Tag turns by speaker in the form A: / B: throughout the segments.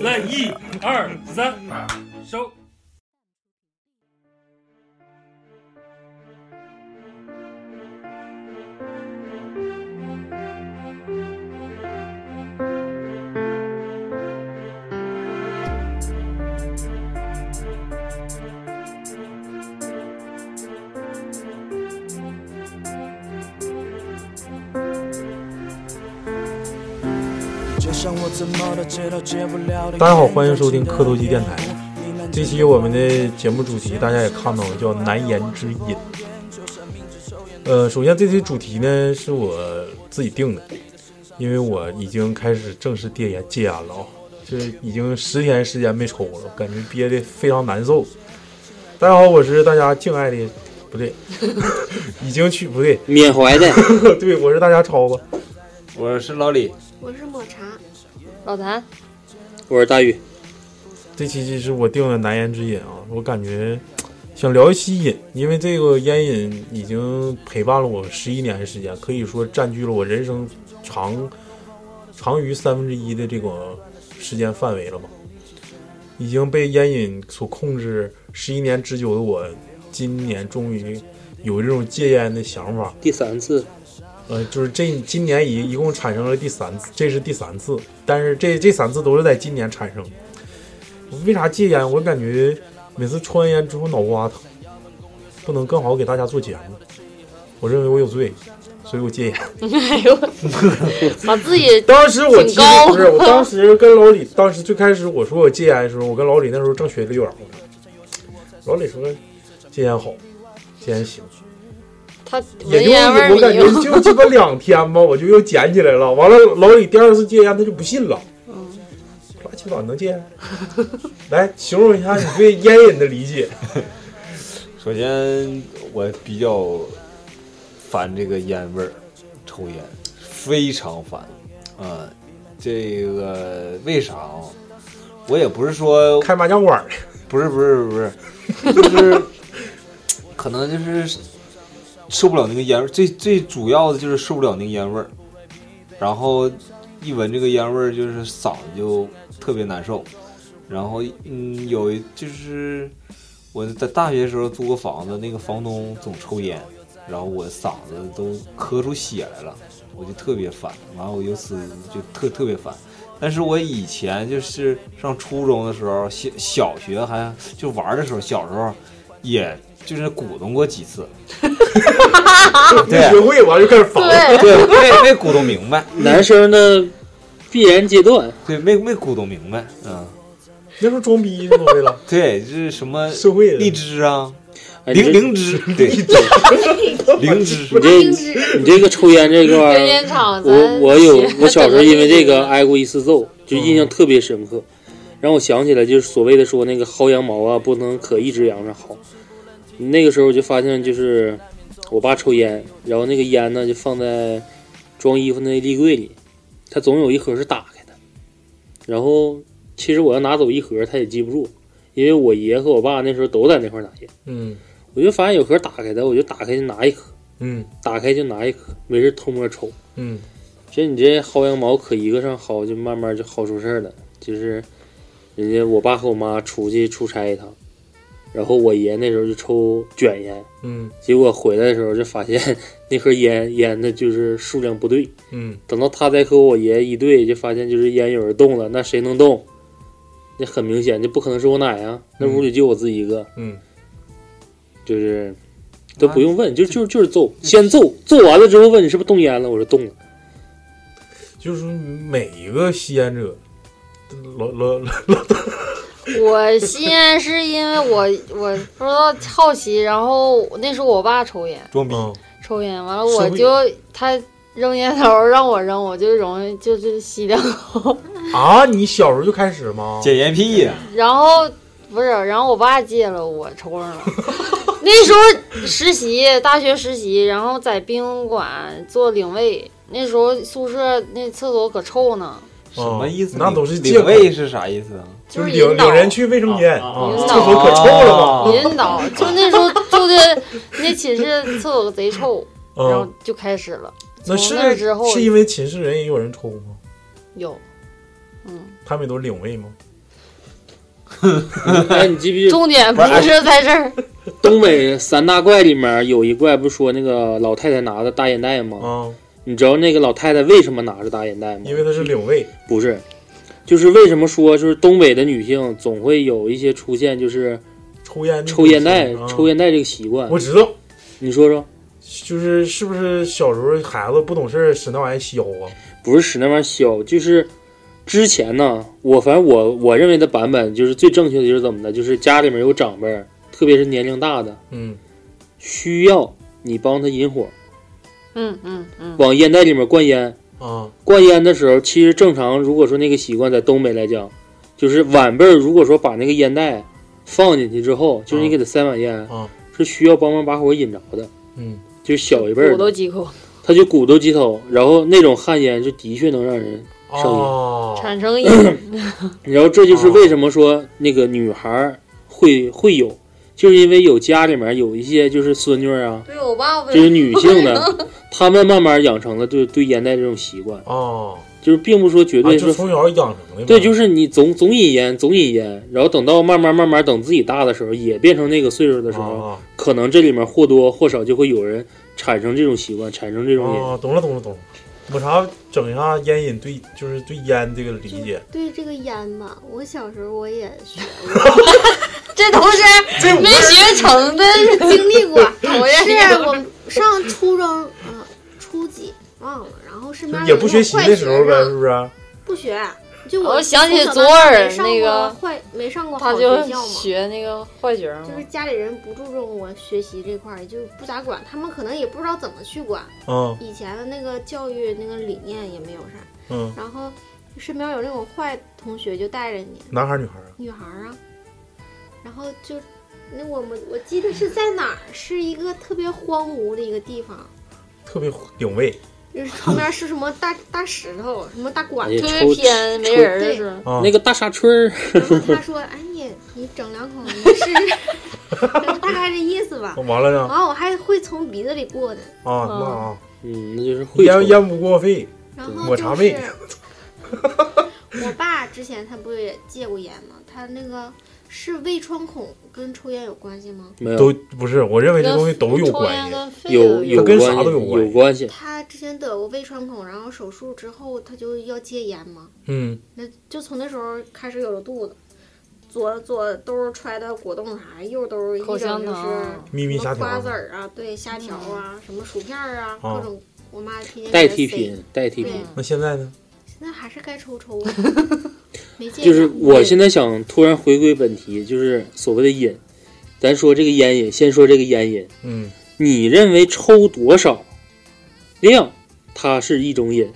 A: 来一二三，收。
B: 大家好，欢迎收听磕头机电台。这期我们的节目主题大家也看到了，叫“难言之隐”。呃，首先这期主题呢是我自己定的，因为我已经开始正式戒烟戒烟了啊，这已经十天时间没抽了，感觉憋得非常难受。大家好，我是大家敬爱的，不对， 已经去不对，
C: 缅怀的，
B: 对我是大家超子。
C: 我是老李，
D: 我是抹茶，
E: 老谭，
C: 我是大宇，
B: 这期就是我定的难言之隐啊，我感觉想聊一期瘾，因为这个烟瘾已经陪伴了我十一年的时间，可以说占据了我人生长长于三分之一的这个时间范围了吧。已经被烟瘾所控制十一年之久的我，今年终于有这种戒烟的想法，
C: 第三次，
B: 呃，就是这今年一一共产生了第三次，这是第三次，但是这这三次都是在今年产生的。为啥戒烟？我感觉每次抽完烟之后脑瓜疼，不能更好给大家做节目。我认为我有罪，所以我戒烟。
E: 哎 呦，把自己
B: 当时我
E: 挺
B: 其实
E: 高
B: 不是，我当时跟老李，当时最开始我说我戒烟的时候，我跟老李那时候正学幼儿园，老李说戒烟好，戒烟行。
E: 他
B: 也
E: 闻
B: 就
E: 烟味儿
B: 我感
E: 迷
B: 觉
E: 糊，
B: 就鸡巴两天吧，我就又捡起来了。完了，老李第二次戒烟，他就不信了。
E: 嗯
B: 拉鸡巴能戒 烟？来形容一下你对烟瘾的理解。
F: 首先，我比较烦这个烟味儿，抽烟非常烦。嗯，这个为啥啊？我也不是说
B: 开麻将馆儿的，
F: 不是不是不是，就是可能就是受不了那个烟味儿，最最主要的就是受不了那个烟味儿，然后一闻这个烟味儿，就是嗓子就特别难受。然后嗯，有一就是我在大学时候租过房子，那个房东总抽烟，然后我嗓子都咳出血来了，我就特别烦。完了，我由此就特特别烦。但是我以前就是上初中的时候，小小学还就玩的时候，小时候也就是鼓动过几次，
B: 没 学会完就开始烦了。
E: 啊对，
F: 对，没 没鼓动明白，
C: 男生的必然阶段，
F: 对，没没鼓动明白，嗯，
B: 那时候装逼是吗？为了
F: 对，就是什么
B: 社会
F: 荔枝啊，
C: 哎
F: 灵
C: 你这
F: 灵芝， 对，灵芝，
C: 你这你这个抽烟这块
E: 人
C: 儿，
E: 烟厂，
C: 我
E: 咱
C: 我有
E: 写
C: 我小时候因为这 个，挨过一次揍，就印象特别深刻，让我想起来就是所谓的说那个薅羊毛啊，不能可一只羊上薅。那个时候我就发现就是我爸抽烟，然后那个烟呢就放在装衣服那立柜里，他总有一盒是打开的，然后其实我要拿走一盒，他也记不住，因为我爷和我爸那时候都在那块儿打烟，
B: 嗯
C: 我就发现有盒打开的，我就打开就拿一盒，
B: 嗯
C: 打开就拿一盒，没事偷摸抽。
B: 嗯，
C: 其实你这薅羊毛可一个上薅，就慢慢就薅出事儿了。就是人家我爸和我妈出去出差一趟，然后我爷那时候就抽卷烟，
B: 嗯
C: 结果回来的时候就发现 那盒烟烟的就是数量不对。
B: 嗯，
C: 等到他再和我爷一对，就发现就是烟有人动了，那谁能动？那很明显，这不可能是我奶啊！那屋里就我自己一个，
B: 嗯，
C: 就是都不用
B: 啊
C: 问，就就就是揍，先揍，揍完了之后问你是不是动烟了，我说动 了，
B: 就是每一个吸烟者，老老老
E: 我吸烟是因为我我不知道好奇，然后那时候我爸抽烟，
F: 装逼，
B: 嗯
E: 抽烟完了
B: 社
E: 我
B: 会
E: 就他扔烟头让我扔，我就容易就是吸两口，
B: 啊，你小时候就开始吗？
F: 捡烟屁呀，
E: 然后不是，然后我爸戒了，我抽上了。那时候实习，大学实习，然后在宾馆做领位。那时候宿舍那厕所可臭呢，
F: 什么意思？
B: 那都是借
F: 领
B: 口
F: 位哦是啥意思啊？
E: 就是是
B: 领
E: 引导
B: 领人去卫生间
A: 啊
B: 啊，
E: 引
B: 厕
E: 导
B: 所可臭了
F: 哦
B: 吧？
E: 引导。就那时候住的那寝室厕所贼臭，然后
B: 嗯，
E: 就开始了。
B: 那
E: 从那
B: 是
E: 之后
B: 是因为寝室人也有人抽吗？
E: 有，嗯，
B: 他们也都领位吗？
C: 哎，你记不记得
E: 嗯重点不是在这儿，
C: 东北三大怪里面有一怪不是说那个老太太拿着大烟袋吗？
B: 啊，
C: 你知道那个老太太为什么拿着大烟袋吗？
B: 因为他是领位，
C: 不是，就是为什么说就是东北的女性总会有一些出现就是
B: 抽烟
C: 抽烟袋、
B: 啊
C: 抽烟袋这个习惯
B: 我。知道，
C: 你说说，
B: 就是是不是小时候孩子不懂事儿使那玩意儿削啊？
C: 不是使那玩意儿削，就是之前呢，我反正我我认为的版本就是最正确的就是怎么的，就是家里面有长辈儿，特别是年龄大的，
B: 嗯，
C: 需要你帮他引火，
E: 嗯嗯嗯，
C: 往烟袋里面灌烟。
B: 啊，
C: 灌烟的时候，其实正常，如果说那个习惯在东北来讲，就是晚辈儿如果说把那个烟袋放进去之后，就是你给他塞满烟，
B: 啊
C: 是需要帮忙把火引着的。
B: 嗯，
C: 就是小一辈
E: 鼓
C: 儿
E: 捣
C: 的，
E: 几口，
C: 他就鼓捣几口，然后那种旱烟就的确能让人。
B: 哦，
E: 产生瘾。
C: 嗯然后这就是为什么说那个女孩儿会会有，就是因为有家里面有一些就是孙女儿啊，
E: 对我爸
C: 就是女性的，她们慢慢养成了对对烟袋这种习惯，
B: 哦，
C: 就是并不说绝
B: 啊，
C: 对
B: 就是从小养成的呗，啊
C: 对，就是你总总引烟，总引烟，然后等到慢慢慢慢等自己大的时候，也变成那个岁数的时候，
B: 啊
C: 可能这里面或多或少就会有人产生这种习惯，产生这种瘾。
B: 啊，懂了懂了懂了。抹茶整一下烟瘾对，就是对烟这个理解。
D: 对这个烟吧，我小时候我也学
E: 这都是没学成的，
D: 经历 过，
E: 讨厌
D: 是我们上初中啊、呃初几忘了，然后身边
B: 也不学习的时候呗，是啊
D: 呗，
B: 不是？
D: 不学，就
E: 我
D: 我
E: 想起
D: 从小
E: 左
D: 到大
E: 耳
D: 没上
E: 那
D: 过
E: 个
D: 坏没上过
E: 他
D: 好
E: 就
D: 学校嘛，
E: 学那个坏学生
D: 就是
E: 嘛。
D: 家里人不注重我学习这块儿，也就不咋管，他们可能也不知道怎么去管，
B: 嗯
D: 以前的那个教育那个理念也没有啥，
B: 嗯，
D: 然后身边有那种坏同学就带着你，
B: 男孩儿女孩儿啊？
D: 女孩儿啊，然后就那我们我记得是在哪儿，是一个特别荒芜的一个地方，
B: 特别领位
D: 就是旁边是什么大大石头，什么大管
C: 哎呀
D: 子，
E: 特别偏没人儿的时候，
B: 啊，
C: 那个大沙村儿，
D: 然后他说，哎你你整两口你试试，就大概这意思吧。
B: 完了呢
D: 然后我还会从鼻子里过呢，
B: 啊，那啊，
C: 嗯，那就是会
B: 烟
C: 抽。
B: 烟不过肺，
D: 然
B: 抹
D: 后
B: 茶
D: 啊就
B: 妹
D: 是我爸之前他不也戒过烟吗？他那个是胃穿孔跟抽烟有关系吗？
C: 没有
B: 都不是，我认为这东西都有
E: 抽
B: 关
E: 烟
B: 系。
E: 跟肺
C: 有
B: 它
C: 有
B: 跟
C: 关
B: 啥都有
C: 系，
B: 关系
C: 有关系。
D: 他之前得过胃穿孔，然后手术之后他就要戒烟嘛，
B: 嗯，
D: 那就从那时候开始有了肚子，左左兜揣的果冻啥，右兜一
E: 口
D: 整
E: 香
D: 就
E: 糖嗯
D: 是
B: 秘密
D: 什
B: 虾
D: 么
B: 条
D: 瓜
B: 啊
D: 子儿啊，对，虾条啊，什么薯片儿啊，
B: 哦
D: 各种。我妈天天
C: 代
D: 给
C: 替
D: 他塞，
C: 品，代替品。
B: 那现在呢？
D: 现在还是该抽抽，啊 没戒。
C: 就是我现在想突然回归本题，就是所谓的瘾。咱说这个烟瘾，先说这个烟瘾。
B: 嗯，
C: 你认为抽多少量，它是一种瘾，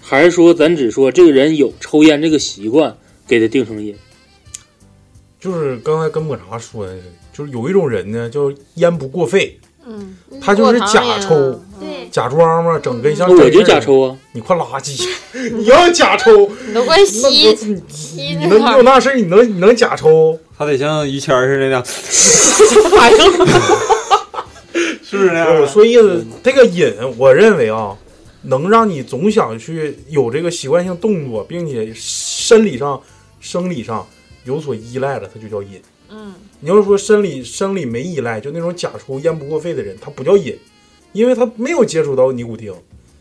C: 还是说咱只说这个人有抽烟这个习惯，给他定成瘾？
B: 就是刚才跟抹茶说的，就是有一种人呢，叫烟不过肺，
E: 嗯，
B: 他就是
E: 过糖
B: 假
E: 也
B: 抽，
E: 嗯
D: 对，
B: 假装嘛，整跟像
C: 那我就
B: 真事儿
C: 假，抽啊，
B: 你快拉鸡！ 你要假抽，
E: 你都快
B: 那
E: 吸
B: 不你
E: 吸
B: 你
E: 那
B: 能你
E: 块
B: 有
E: 儿，
B: 那事儿，你能你能假抽？
F: 他得像于谦儿似的那样，
E: 反正
F: 是不是那样
B: 我
F: 啊？
B: 说意思，这个瘾，我认为啊，能让你总想去有这个习惯性动作，并且生理上、生理上有所依赖了，它就叫瘾。
E: 嗯，
B: 你要说生理生理没依赖，就那种假抽烟不过肺的人，他不叫瘾，因为他没有接触到尼古丁，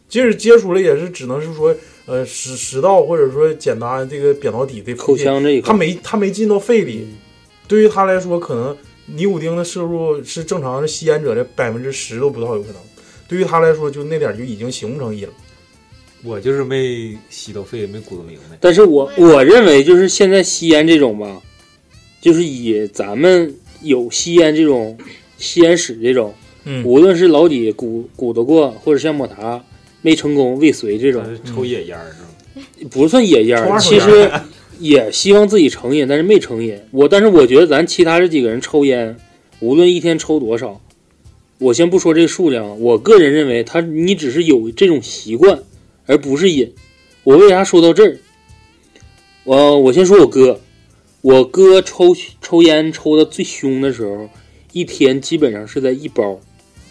B: 即使接触了，也是只能是说，呃，食食道或者说简单这个扁桃体这
C: 口
B: 附近，
C: 腔这一
B: 他
C: 块。
B: 没他没进到肺里，
C: 嗯
B: 对于他来说，可能尼古丁的摄入是正常的吸烟者的百分之十都不到，有可能。对于他来说，就那点儿就已经形不成瘾了。
F: 我就是没吸到肺，没鼓捣明白。
C: 但是我我认为就是现在吸烟这种吧，就是以咱们有吸烟这种吸烟史这种，
B: 嗯，
C: 无论是老李鼓鼓捣过，或者像抹茶没成功未遂这种
F: 他，是抽野烟儿是吧？
C: 不算野烟
B: 抽
C: 儿。
B: 哎二手
C: 其
B: 烟
C: 实也希望自己成瘾，但是没成瘾。我但是我觉得咱其他这几个人抽烟，无论一天抽多少，我先不说这个数量，我个人认为他你只是有这种习惯，而不是瘾。我为啥说到这儿？呃我我先说我哥，我哥抽抽烟抽的最凶的时候，一天基本上是在一包。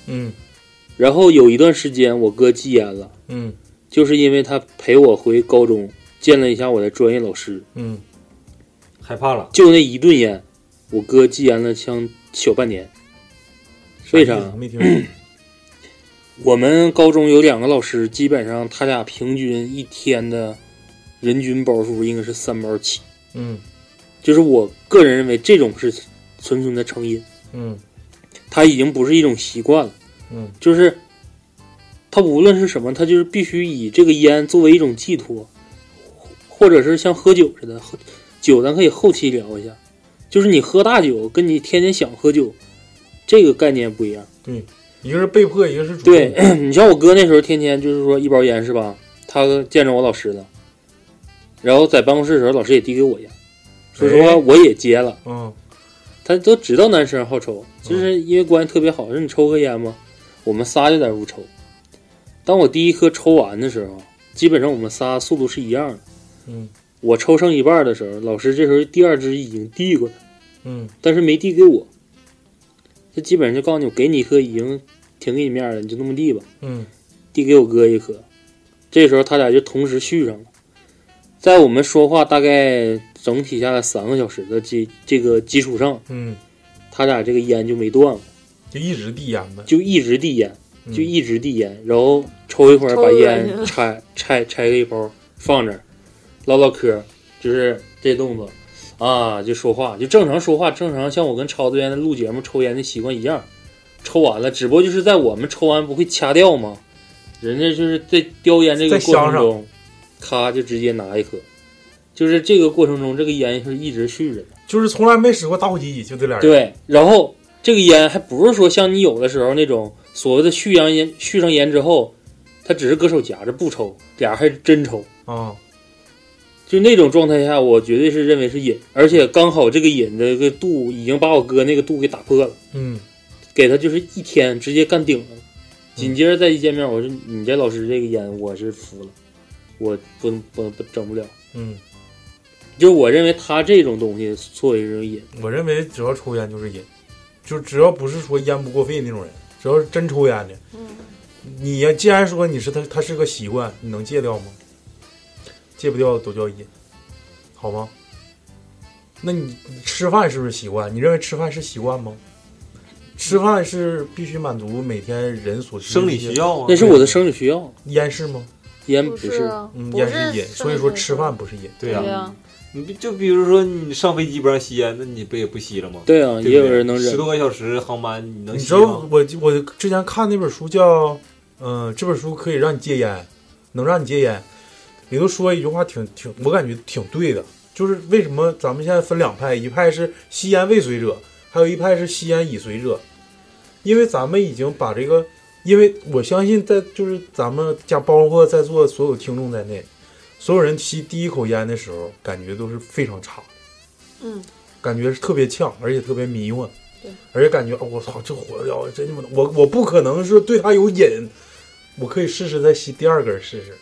B: 嗯
C: 然后有一段时间我哥戒烟了，
B: 嗯
C: 就是因为他陪我回高中见了一下我的专业老师，
B: 嗯，
F: 害怕了，
C: 就那一顿烟，我哥戒烟了将小半年。为啥
B: 啥意思没听 懂？
C: 我们高中有两个老师，基本上他俩平均一天的人均包数应该是三包起。
B: 嗯
C: 就是我个人认为这种是纯纯的成瘾，
B: 嗯
C: 它已经不是一种习惯了。
B: 嗯，
C: 就是它无论是什么，它就是必须以这个烟作为一种寄托，或者是像喝酒似的，喝酒咱可以后期聊一下。就是你喝大酒，跟你天天想喝酒，这个概念不一样。
B: 对，一个是被迫，一个是主动。
C: 对你像我哥那时候，天天就是说一包烟是吧？他见着我老师了，然后在办公室的时候，老师也递给我烟，说实话
B: 哎
C: 我也接了。
B: 嗯
C: 他都知道男生好抽，就是因为关系特别好，说你抽根烟吗？我们仨就在屋抽。当我第一颗抽完的时候，基本上我们仨速度是一样的。
B: 嗯
C: 我抽剩一半的时候，老师这时候第二支已经递过来，
B: 嗯
C: 但是没递给我。他基本上就告诉你，我给你一颗已经挺给你面了，你就那么地吧。
B: 嗯
C: 递给我哥一颗。这时候他俩就同时续上了，在我们说话大概整体下来三个小时的基这个基础上，
B: 嗯，
C: 他俩这个烟就没断过。
B: 就一直递烟呗。
C: 就一直递烟，
B: 嗯
C: 就一直递烟，然后抽一会儿
E: 抽
C: 把
E: 一会儿
C: 烟拆拆拆开一包放这儿，唠唠嗑，就是这动作啊，就说话，就正常说话，正常像我跟超子原来录节目抽烟的习惯一样，抽完了，只不过就是在我们抽完不会掐掉吗？人家就是在叼烟这个
B: 在
C: 过
B: 香
C: 程
B: 上
C: 中，咔就直接拿一颗，就是这个过程中这个烟是一直续着的。
B: 就是从来没使过打火机，就这俩人。
C: 对，然后这个烟还不是说像你有的时候那种所谓的续上烟，续上烟之后，他只是搁手夹着不抽，俩还真抽，
B: 啊，
C: 就那种状态下，我绝对是认为是瘾，而且刚好这个瘾的这个度已经把我哥那个度给打破了，
B: 嗯
C: 给他就是一天直接干顶了。紧接着再一见面，我说你这老师这个烟我是服了，我不不不整不了。
B: 嗯，
C: 就我认为他这种东西作为一种瘾，
B: 我认为只要抽烟就是瘾，就只要不是说烟不过肺那种人，只要是真抽烟的，
E: 嗯
B: 你要既然说你是他，他是个习惯，你能戒掉吗？戒不掉都叫瘾，好吗？那你你吃饭是不是习惯？你认为吃饭是习惯吗？吃饭是必须满足每天人所需的
F: 生理
B: 一些
F: 需，要啊
C: 那，是我的生理需要，
B: 烟是吗？
C: 烟
E: 不
C: 不
E: 是啊，
B: 嗯，
E: 不
B: 烟是瘾，
E: 生
B: 所以
E: 理
B: 说
E: 需
B: 吃
E: 求
B: 饭不是瘾。
F: 对
E: 对
F: 呀、
E: 呀，
F: 你不就比如说你上飞机不让吸烟，那你不也不吸了吗？
C: 对啊，
F: 对不
C: 也有人能忍
F: 十。多个小时航班，你能
B: 你
F: 吸
B: 知道
F: 吗？
B: 我我之前看那本书叫，嗯、这本书可以让你戒烟，能让你戒烟。里头说一句话挺挺，我感觉挺对的，就是为什么咱们现在分两派，一派是吸烟未遂者，还有一派是吸烟已遂者，因为咱们已经把这个，因为我相信在就是咱们家包括在座所有听众在内，所有人吸第一口烟的时候，感觉都是非常差，
E: 嗯，
B: 感觉是特别呛，而且特别迷幻。
E: 对，
B: 而且感觉，哦我操，这火药真他妈的，我我不可能是对它有瘾，我可以试试再吸第二根试试，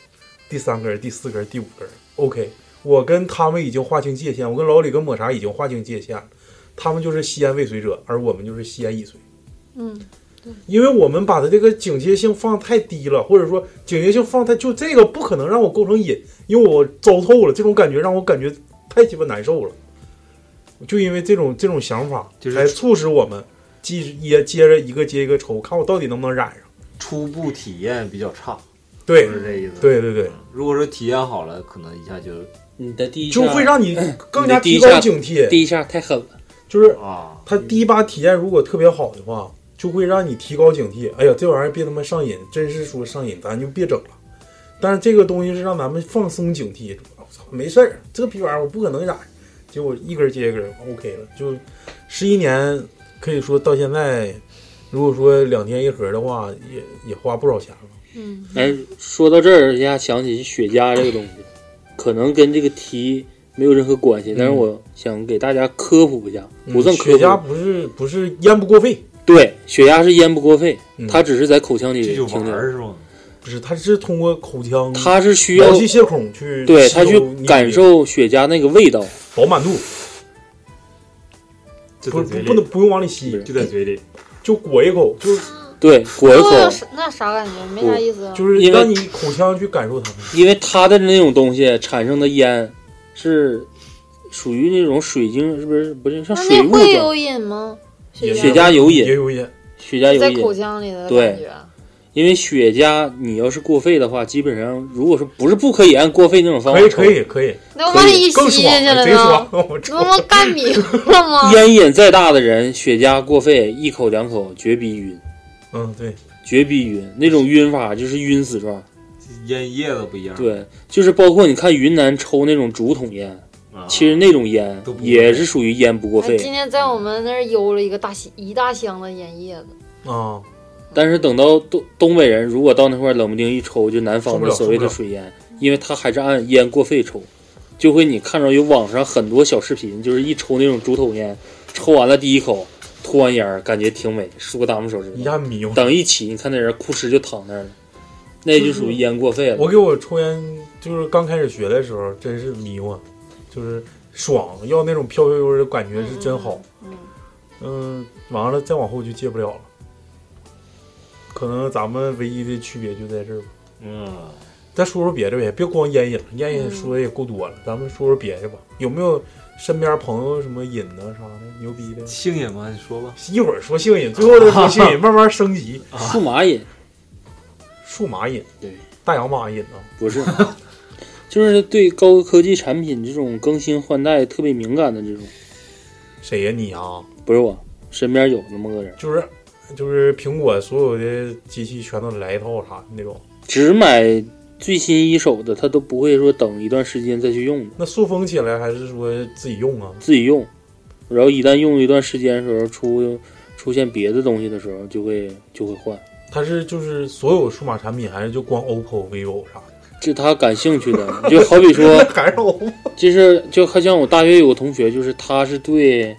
B: 第三根、第四根、第五根，OK。我跟他们已经划清界限，我跟老李跟抹茶已经划清界限了，他们就是吸烟未遂者，而我们就是吸烟已遂。
E: 嗯，
B: 因为我们把它这个警戒性放太低了，或者说警戒性放太就这个不可能让我构成瘾，因为我糟透了，这种感觉让我感觉太鸡巴难受了。就因为这种这种想法，
F: 就是
B: 才促使我们继也接着一个接一个抽，看我到底能不能染上。
F: 初步体验比较差，
B: 对
F: 就是这意思。，
B: 对对对，
F: 如果说体验好了，可能一下就
C: 你的第一
B: 就
C: 下
B: 会让你更
C: 你
B: 加
C: 的第
B: 提
C: 一
B: 高
C: 下
B: 警惕。
C: 第一下太狠了。
B: 就是
F: 啊，
B: 他第一把体验如果特别好的话，就会让你提高警惕。哎呀，这玩意儿别他妈上瘾，真是说上瘾，咱就别整了。但是这个东西是让咱们放松警惕。我操，没事儿，这批玩意儿我不可能染。结果一根接一根，OK 了。就十一年，可以说到现在，如果说两天一盒的话，也也花不少钱了。
C: 哎，说到这儿，一下想起雪茄这个东西，可能跟这个提没有任何关
B: 嗯
C: 系。但是我想给大家科普一下，不算科
B: 血压
C: 普。
B: 不是不是烟不过肺，
C: 对，血压是烟不过肺
B: 嗯，
C: 它只是在口腔里
F: 这就
C: 停
F: 玩
C: 留，
F: 儿是吗？
B: 不是，它是通过口腔
C: 它是需要
B: 毛细血孔去
C: 对
B: 吸
C: 它
B: 收
C: 去
B: 你
C: 感受血浆那个味道。
B: 饱满度，
F: 就
B: 不
F: 在
B: 不
F: 嘴里
B: 不能不用往里吸
C: 对，
F: 就在嘴里，
B: 就裹一口，就
C: 对，裹一口，
E: 那啥那啥感觉，没啥意思啊。
B: 就是
C: 因为
B: 让你口腔去感受它们。
C: 因为它的那种东西产生的烟是属于那种水晶，是不是不是像
E: 那
C: 水
E: 那
C: 雾
E: 会
C: 状？
E: 有瘾吗？
B: 也
C: 血
E: 血
C: 浆有
B: 也
C: 瘾，
B: 有瘾，
C: 血浆有
E: 在口
C: 瘾。
E: 腔里的
C: 对
E: 感觉，
C: 因为血浆你要是过肺的话，基本上如果说不是不可以按过肺那种方法
B: 可以
C: 抽
B: 可，以可以，
E: 那万一吸
B: 更
E: 进
B: 爽哎
E: 去了嗯
B: 贼爽
E: 呢？，
B: 我
E: 那不干瘪了吗？
C: 哎 烟瘾再大的人，血浆过肺一口两口绝逼晕，
B: 嗯对，
C: 绝逼晕，那种晕法就是晕死状。
F: 烟叶子不一样。，
C: 对，就是包括你看云南抽那种竹筒烟，
F: 啊
C: 其实那种烟
F: 都不过肺
C: 也是属于烟不过
E: 哎今
C: 肺，
E: 天在我们那儿邮了一个大箱一大箱的烟叶子，
B: 啊，
C: 但是等到东东北人如果到那块儿冷不丁一抽，就南方的所谓的水烟，因为他还是按烟过肺抽，就会你看着有网上很多小视频，就是一抽那种竹筒烟，抽完了第一口吐完烟儿，感觉挺美，竖个大拇手指
B: 一
C: 头，
B: 下迷糊。
C: 等一起你看那人哭哧就躺那儿了，那就属于烟过肺了。
B: 我给我抽烟，就是刚开始学的时候，真是迷糊，啊就是爽，要那种飘飘悠悠的感觉是真好。
E: 嗯
B: 嗯，完了再往后就戒不了了。可能咱们唯一的区别就在这儿吧。
F: 嗯，
B: 再说说别的呗，别光烟瘾了，烟瘾说的也够多了，咱们说说别的吧。有没有身边朋友什么瘾呢啥的牛逼的？
F: 性瘾吗？你说吧。
B: 一会儿说性瘾，最后再说性瘾，慢慢升级。
C: 数码瘾
B: 数码瘾，
C: 对，
B: 大洋马瘾啊，
C: 不是，就是对高科技产品这种更新换代特别敏感的这种，
B: 谁呀你啊？
C: 不是我身边有那么个人。
B: 就是就是苹果所有的机器全都来一套啥那种。
C: 只买最新一手的，他都不会说等一段时间再去用的，
B: 那塑封起来还是说自己用啊？
C: 自己用。然后一旦用一段时间的时候，出出现别的东西的时候，就会就会换。
B: 它是就是所有数码产品，还是就光 OPPO、vivo 啥的？
C: 这他感兴趣的，就好比说，
B: 还是 OPPO？
C: 就是就好像我大学有个同学，就是他是对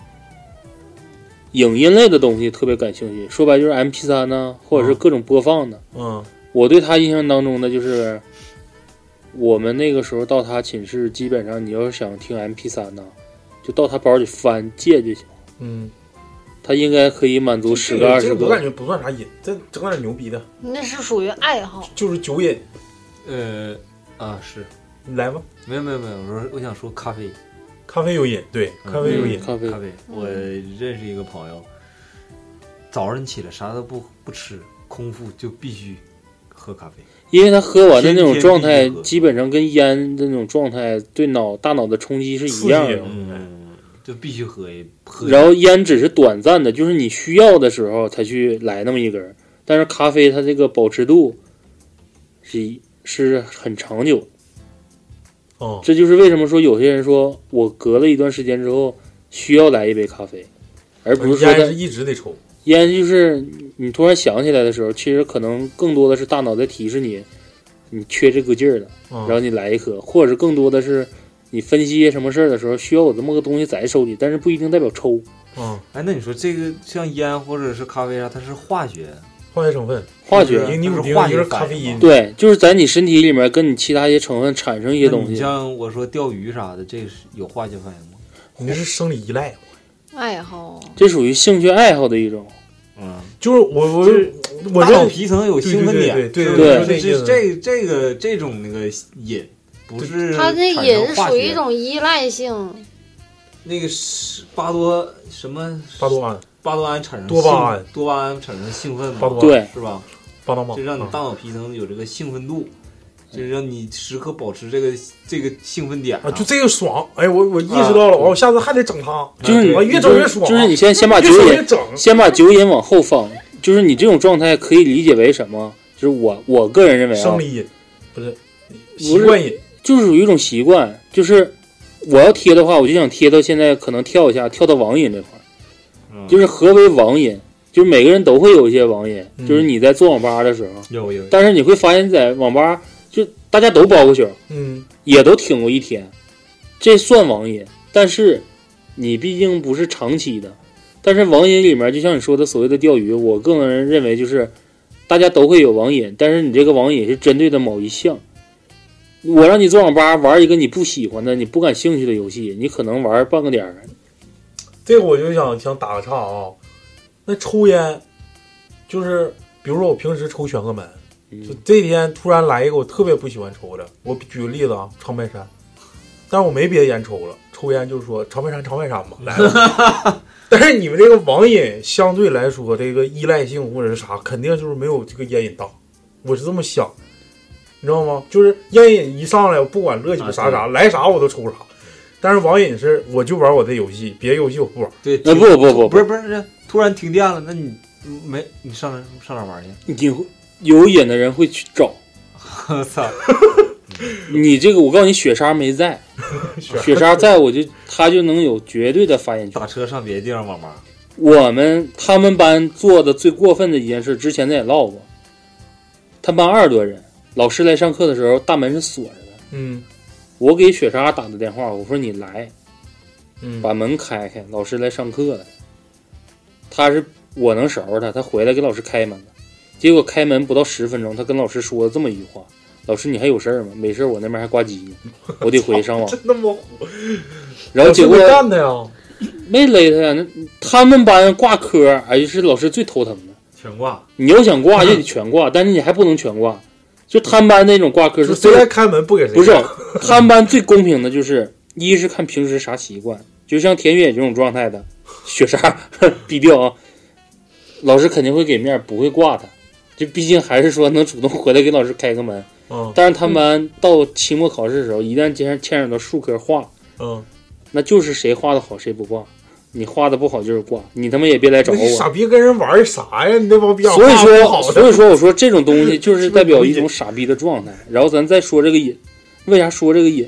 C: 影音类的东西特别感兴趣，说白就是 M P 三呢，或者是
B: 嗯
C: 各种播放的。
B: 嗯
C: 我对他印象当中的就是，我们那个时候到他寝室，基本上你要是想听 MP 三呢，就到他包里翻借就行。
B: 嗯，
C: 他应该可以满足十个二
B: 这
C: 十
B: 个我感
C: 个。
B: 觉不算啥瘾，这整点牛逼的，
E: 那是属于爱好。
B: 就是酒瘾。
F: 呃，啊是，
B: 你来吧，
F: 没有没有没有，我说我想说咖啡，
B: 咖啡有瘾，对，
F: 嗯
B: 咖啡有
C: 嗯
B: 瘾，
C: 咖啡
F: 咖啡。我认识一个朋友，早上起来啥都不不吃，空腹就必须喝咖啡。
C: 因为他喝完的那种状态
F: 天天必须，喝
C: 基本上跟烟的那种状态对脑大脑的冲击是一样
B: 刺激
C: 的
B: 啊。
F: 嗯，就必须喝一喝一。
C: 然后烟只是短暂的，就是你需要的时候才去来那么一根儿，但是咖啡它这个保持度是一是很长久的
B: 嗯，
C: 这就是为什么说有些人说我隔了一段时间之后需要来一杯咖啡，而不是说
B: 烟是
C: 他
B: 一直得抽。
C: 烟就是你突然想起来的时候，其实可能更多的是大脑在提示你，你缺这个劲儿了，
B: 嗯
C: 然后你来一颗，或者是更多的是你分析什么事儿的时候需要有这么个东西在手里，但是不一定代表抽。
B: 嗯，
F: 哎，那你说这个像烟或者是咖啡啊啥，它是化学，
B: 化学成分，
C: 化
F: 对
B: 一
C: 学
B: 个尼古
F: 它
B: 丁，
F: 是化
B: 一
F: 学
B: 个是咖
F: 反
B: 啡
F: 应
B: 因
F: 嘛。
C: 对，就是在你身体里面跟你其他一些成分产生一些
F: 那
C: 东
F: 你
C: 西。
F: 像我说钓鱼啥的，这是有化学反应吗？
B: 你这是生理依赖。
E: 爱好，
C: 这属于兴趣爱好的一种，
F: 嗯，
B: 就是我我
F: 就是
B: 我
F: 大脑
B: 认
F: 皮层有兴奋点，
B: 对对
C: 对
B: 对
F: 这
B: 对
F: 这
B: 对
F: 这这个这种那个瘾，不是
E: 它那
F: 产
E: 也
F: 生
E: 是
F: 化
E: 属于一
F: 学
E: 种依赖性。
F: 那个是巴多什么
B: 巴多胺、
F: 巴多胺产生
B: 多巴胺
F: 兴多巴胺产生兴奋嘛，
B: 巴多胺
C: 对，
F: 是吧？
B: 巴拿马，
F: 这让你
B: 啊
F: 大脑皮层有这个兴奋度，就是让你时刻保持这个这个兴奋点
B: 嗯啊，就这个爽！哎，我我意识到了，
F: 啊
B: 我下次还得整它，
C: 啊就是你
B: 我越整越爽，
C: 就是你先先把酒
B: 越整
C: 瘾
B: 越整。
C: 先把酒瘾往后放，就是你这种状态可以理解为什么？就是我我个人认为啊
B: 生，理瘾不是
C: 是
B: 习惯瘾，
C: 就是属于一种习惯，就是我要贴的话，我就想贴到现在可能跳一下，跳到网瘾这块儿，
F: 嗯
C: 就是何为网瘾？就是每个人都会有一些网瘾，
B: 嗯
C: 就是你在做网吧的时候，
F: 有有
C: 但是你会发现在网吧就大家都包过宿，
B: 嗯，
C: 也都挺过一天，这算网瘾，但是你毕竟不是长期的。但是网瘾里面，就像你说的所谓的钓鱼，我个人认为就是大家都会有网瘾，但是你这个网瘾是针对的某一项。我让你做网吧玩一个你不喜欢的、你不感兴趣的游戏，你可能玩半个点儿。
B: 这个我就想想打个岔啊，那抽烟就是，比如说我平时抽全个门，
C: 嗯
B: 就这天突然来一个我特别不喜欢抽的，我举个例子啊，长白山，但是我没别的烟抽了，抽烟就是说长白山长白山吧，来吧但是你们这个网瘾相对来说，这个依赖性或者是啥，肯定就是没有这个烟瘾大，我是这么想，你知道吗？就是烟瘾一上来，我不管乐趣啥啥，来啥我都抽啥。但是网瘾是，我就玩我的游戏，别的游戏我不玩。
F: 对，
C: 那
F: 停
C: 呃不不不
F: 不是不是，这突然停电了，那你没你上哪上哪玩去？
C: 你会有瘾的人会去找
F: 我操！
C: 你这个。我告诉你，雪莎没在，雪莎在我就她就能有绝对的发言权
F: 打。车上别的地方网吧，
C: 我们他们班做的最过分的一件事，之前咱也唠过。他们班二十多人，老师来上课的时候，大门是锁着的。
B: 嗯
C: 我给雪莎打的电话，我说你来，
B: 嗯，
C: 把门开开，老师来上课了。他是我能收拾他，他回来给老师开门了。结果开门不到十分钟，他跟老师说了这么一句话：“老师，你还有事儿吗？没事儿，我那边还挂机呢，我得回去上网。
B: 真他妈虎！”
C: 然后结果
B: 我是干的呀，
C: 没勒他呀，那他们班挂科，哎，是老师最头疼的。
F: 全挂。
C: 你要想挂也得全 挂，但是你还不能全挂。就他们班那种挂科
B: 就是谁
C: 最
B: 来开门不给谁。
C: 不是，啊他们班最公平的就是一是看平时啥习惯，就像田野这种状态的雪 莎低调啊，老师肯定会给面，不会挂他。就毕竟还是说能主动回来给老师开个门。
B: 嗯
C: 但是他们班到期末考试的时候，一旦牵牵扯到数科画，
B: 嗯，
C: 那就是谁画的好谁不挂，你画的不好就是挂，你他妈也别来找
B: 那
C: 我。
B: 你傻逼跟人玩啥呀？你那帮逼养
C: 所以
B: 爸不
C: 说，
B: 好
C: 所
B: 的
C: 以说，我说这种东西 就是代表一种傻逼的状态。然后咱再说这个瘾，为啥说这个瘾？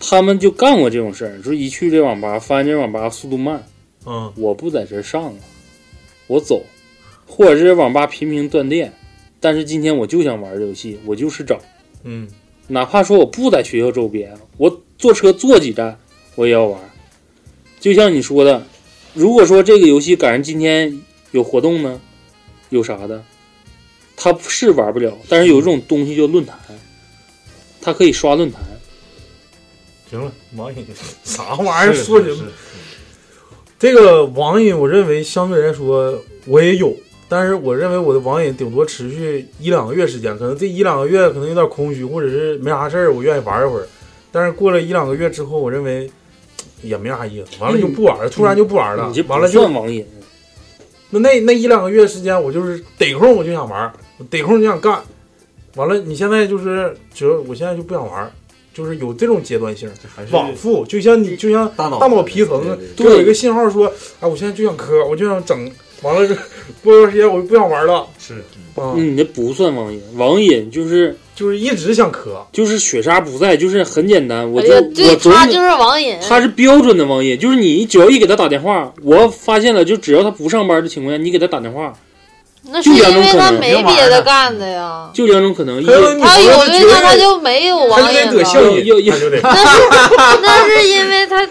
C: 他们就干过这种事儿，说一去这网吧，发现这网吧速度慢，
B: 嗯
C: 我不在这儿上了，我走，或者是网吧频频断电，但是今天我就想玩这游戏，我就是找，
B: 嗯，
C: 哪怕说我不在学校周边，我坐车坐几站，我也要玩。就像你说的，如果说这个游戏赶上今天有活动呢，有啥的，它是玩不了，但是有一种东西叫论坛，它可以刷论坛。
B: 行了，网瘾啥玩意儿
F: 是
B: 说
F: 是
B: 的？这个网瘾，我认为相对来说我也有，但是我认为我的网瘾顶多持续一两个月时间，可能这一两个月可能有点空虚，或者是没啥事儿，我愿意玩一会儿。但是过了一两个月之后，我认为嘖也没啥意思，完了就不玩了，突然就不玩了
C: 嗯你这，
B: 完了
C: 不
B: 就
C: 算网瘾，
B: 那那那一两个月时间，我就是逮空我就想玩儿，我逮空就想干。完了，你现在就是只有我现在就不想玩儿，就是有这种阶段性
F: 这还是
B: 往复，就像你就像
F: 大脑
B: 大脑皮层啊
F: 对对对
B: 就有一个信号说，哎，我现在就想磕，我就想整。完了，这过段时间我就不想玩了，
F: 是
B: 啊，
C: 嗯你这不算网瘾，网瘾就是
B: 就是一直想磕。
C: 就是雪莎不在，就是很简单，我
E: 哎
C: 就
E: 呀，
C: 我
E: 对
C: 总
E: 他就是网瘾，
C: 他是标准的网瘾，就是你只要一给他打电话，我发现了，就只要他不上班的情况下，你给他打电话，
E: 那是因为他没别的干的呀。
C: 就两种可能，一
B: 还有女
E: 他
B: 朋
E: 有
B: 友
E: 对
B: 绝
E: 象，他
B: 对
E: 就没有网
B: 他就
E: 瘾
B: 得得
E: 了。
B: 性
C: 要
B: 瘾，
C: 要
B: 他就得
E: 那是因为他，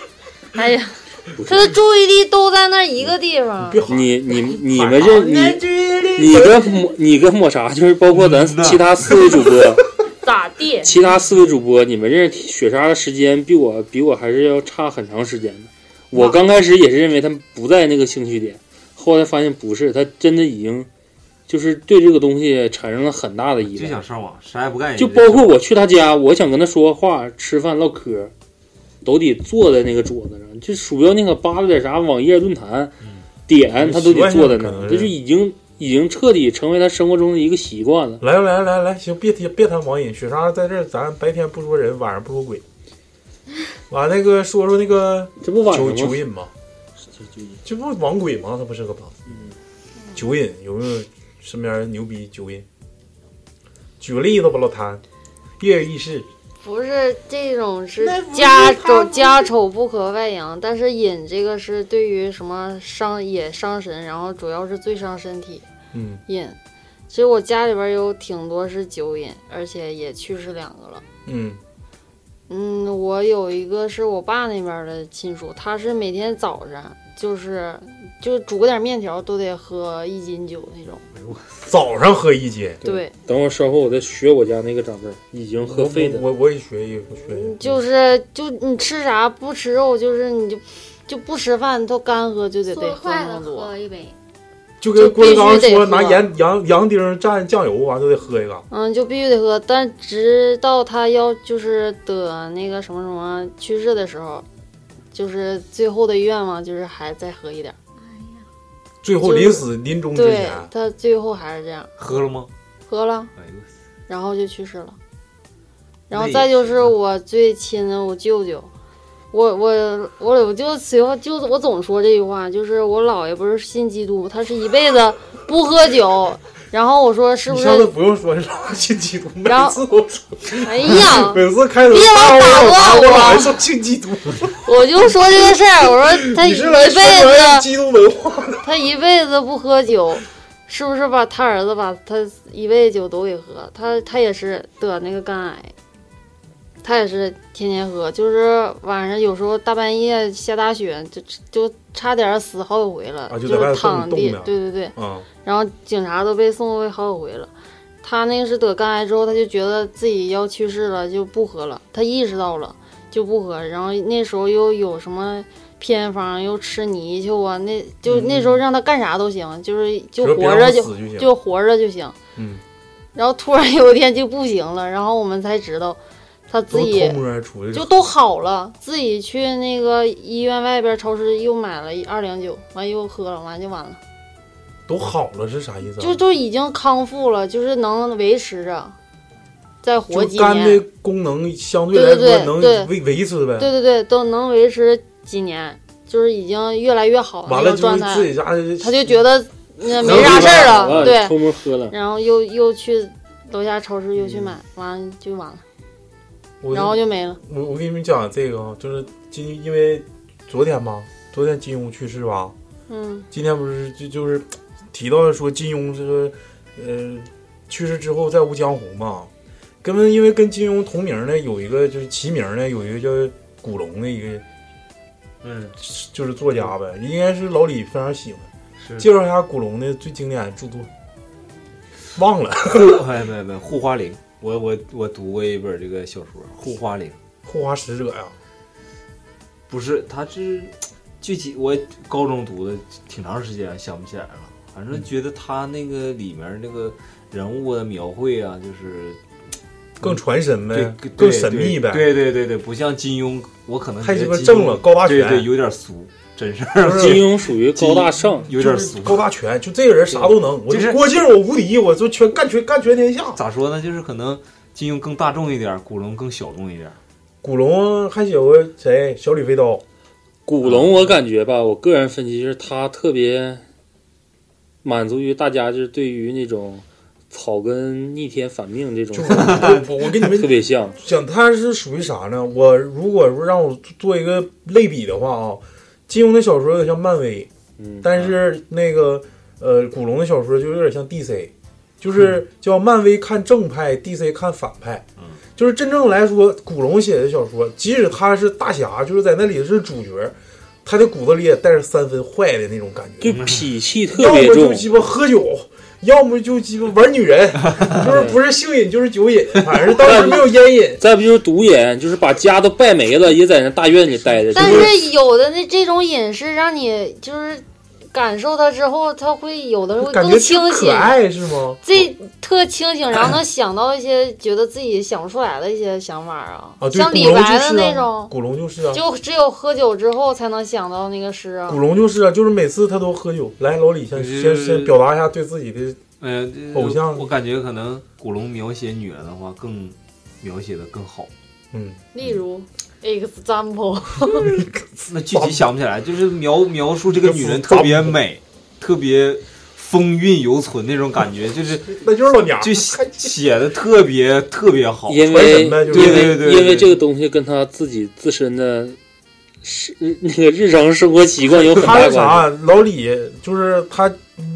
E: 哎呀，
C: 不是
E: 他的注意力都在那一个地方。
B: 别喊。
C: 你你你们认你你跟抹你跟抹茶，就是包括咱
F: 嗯呐
C: 其他四位主播，
E: 咋地？
C: 其他四位主播，你们认识雪莎的时间比我比我还是要差很长时间的。我刚开始也是认为他们不在那个兴趣点，后来发现不是，他真的已经就是对这个东西产生了很大的依
F: 就
C: 赖。
F: 想上网，啥也不干。
C: 就
F: 也得
C: 包括我去他家，我想跟他说话、吃饭、唠嗑，都得坐在那个桌子上。就鼠标那个扒拉点啥网页论坛，点他都得坐在那
B: 习惯性可能
C: 儿，
B: 是
C: 这就已经已经彻底成为他生活中的一个习惯了。
B: 来来来来，行，别提别谈网瘾，雪莎在这儿，咱白天不说人，晚上不说鬼。完那个说说那个
C: 这不晚上
B: 酒
C: 吗？嗯
B: 酒瘾吗？这不网鬼吗？他不是个吗？酒瘾有没有身边人牛逼酒瘾？举个例子吧，老谭，跃跃欲试。
E: 不是这种是
D: 那不是
E: 家
D: 他
E: 丑
D: 不是
E: 家丑不可外扬，但是瘾这个是对于什么伤也伤神，然后主要是最伤身体
B: 嗯，
E: 瘾。其实我家里边有挺多是酒瘾，而且也去世两个了。
B: 嗯，
E: 嗯，嗯，我有一个是我爸那边的亲属，他是每天早上就是就煮个点面条都得喝一斤酒那种。
B: 早上喝一斤，
E: 对，
C: 等会儿稍后我再学我家那个长辈，已经喝废的。
B: 我我我也学一个学一个，
E: 嗯就是就你吃啥不吃肉，就是你就就不吃饭，都干喝就得得
D: 做
E: 喝
D: 快
E: 那
D: 了
E: 么多。
D: 喝一杯，
B: 就跟郭德纲
E: 就必须
B: 说
E: 得喝
B: 拿盐羊羊丁蘸酱油完都得喝一个，
E: 嗯，就必须得喝，但直到他要就是得那个什么什么去世的时候，就是最后的愿望就是还再喝一点儿。
B: 最后
E: 就是
B: 临死临终之
E: 对
B: 前，
E: 他最后还是这样，
F: 喝了吗？
E: 喝了，
F: 哎呦我操，
E: 然后就去世了。然
F: 那
E: 后
F: 也
E: 再就是是
B: 啊
E: 我最亲的我舅舅，我我我我就喜欢就我总说这句话，就是我姥爷不是信基督，他是一辈子不喝酒。然后我说是不
B: 你
E: 是？
B: 上次不用说老信基督，每
E: 然后
B: 次都说，
E: 哎呀，
B: 每次开头
E: 别老
B: 打我
E: 打断
B: 我
E: 我
B: 老说信基督，
E: 我就说这个事儿，我说他
B: 你
E: 一
B: 是来
E: 辈
B: 宣传
E: 子
B: 基督文化的？
E: 他一辈子不喝酒，是不是把他儿子把他一辈子酒都给喝？他他也是得那个肝癌，他也是天天喝，就是晚上有时候大半夜下大雪，就就差点死好几回了，
B: 啊就在
E: 就
B: 外头
E: 是躺
B: 冻
E: 地
B: 着，
E: 对对对，
B: 啊，
E: 然后警察都被送回好几回了。他那个是得肝癌之后，他就觉得自己要去世了，就不喝了。他意识到了就不喝，然后那时候又有什么偏方，又吃泥鳅啊，那就
B: 嗯
E: 那时候让他干啥都行，就是就
B: 啊只要别
E: 活
B: 让
E: 着
B: 我死
E: 就
B: 就行
E: 就活着就行。
B: 嗯，
E: 然后突然有一天就不行了，然后我们才知道他自
B: 都
E: 己
B: 偷摸出去
E: 就都好了，自己去那个医院外边超市又买了一二两酒，完又喝了，完就完了。
B: 都好了是啥意思啊？
E: 就就已经康复了，就是能维持着，再活
B: 就
E: 几
B: 肝
E: 年。
B: 的功能相对来
E: 对对
B: 说
E: 对
B: 能
E: 对
B: 维维持呗。
E: 对对对，都能维持几年，就是已经越来越好
B: 完
E: 那
B: 了
E: 个
B: 就
E: 状
B: 是
E: 态
B: 自。己家
E: 他就觉得那
C: 能
E: 没啥事儿
C: 喝
E: 了，
C: 完
E: 对
C: 偷，摸喝了，
E: 然后又又去楼下超市又去买，完了就完了，
B: 嗯我
E: 然后就没了。
B: 我我给你们讲这个啊，就是今因为昨天吧，昨天金庸去世吧，
E: 嗯
B: 今天不是就就是提到说金庸这个呃去世之后再无江湖嘛，跟因为跟金庸同名的有一个就是齐名的有一个叫古龙的一个
F: 嗯，
B: 就是作家呗，应该是老李非常喜欢。
F: 是
B: 介绍一下古龙的最经典的著作，忘 了《
F: 护 哎没没护花铃，我我我读过一本这个小说《护花铃》，
B: 护花使者》呀，
F: 不是，它是具体我高中读的，挺长时间想不起来了。反正觉得他那个里面那个人物的描绘啊，就是
B: 更传神
F: 对
B: 呗
F: 对，
B: 更神秘呗。
F: 对对对对，不像金庸，我可能
B: 太鸡
F: 觉
B: 巴
F: 得
B: 正了，
F: 金庸
B: 高大全，
F: 对对，有点俗，真 是
B: 不是
C: 金庸属于高大上，
F: 有
B: 就
F: 点
B: 是
F: 俗。
B: 高大全，就这个人啥都能。我
F: 就是
B: 郭靖我无敌，我就全干全干全天下。
F: 咋说呢？就是可能金庸更大众一点，古龙更小众一点。
B: 古龙还写过谁？小李飞刀，
C: 古龙，我感觉吧，我个人分析就是他特别满足于大家就是对于那种草根逆天反命这种
B: 就，我我跟 你
C: 特
B: 们
C: 别 像。
B: 讲，他是属于啥呢？我如果说让我做一个类比的话啊，金庸的小说有点像漫威，
C: 嗯，
B: 但是那个呃，古龙的小说就有点像 DC，就是叫漫威看正派，DC 看反派。就是真正来说，古龙写的小说，即使他是大侠，就是在那里是主角，他的骨子里也带着三分坏的那种感
C: 就
B: 觉，
C: 痞气特
B: 要
C: 别
B: 么就
C: 重，。
B: 鸡巴喝酒。要么就鸡巴玩女人，就是不是性瘾就是酒瘾，反正是当时没有烟瘾
C: 再不就是毒瘾，就是把家都败没了，也在那大院里待着。
E: 但
C: 就是
E: 是有的那这种饮食让你就是感受它之后，它会有的时候
B: 感
E: 更
B: 觉挺
E: 清
B: 可
E: 醒。
B: 爱是吗？
E: 这特清醒，然后能想到一些觉得自己想不出来的一些想法啊，
B: 啊，对，
E: 像
B: 古
E: 李
B: 龙
E: 白的
B: 就是
E: 那
B: 啊，
E: 种，
B: 古龙就是啊，
E: 就只有喝酒之后才能想到那个诗啊
B: 古。龙就是啊，就是每次他都喝酒。来，老李先先先表达一下对自己的，
F: 嗯、这
B: 偶像
F: 我感觉可能古龙描写女人的话，更描写的更好。
B: 嗯，
E: 例如，example，
F: 那具体想不起来，就是描描述这个女人特别美，特别风韵犹存那种感觉，就是
B: 那就是老娘
F: 就写写的特别特别好。
C: 因
B: 传
C: 为
B: 神呗，就
F: 对
C: 因
B: 是
C: 为
F: 对对对
C: 因为这个东西跟他自己自身的是那个日常生活习惯有很
B: 他
C: 大关
B: 是
C: 系。
B: 啥？老李就是他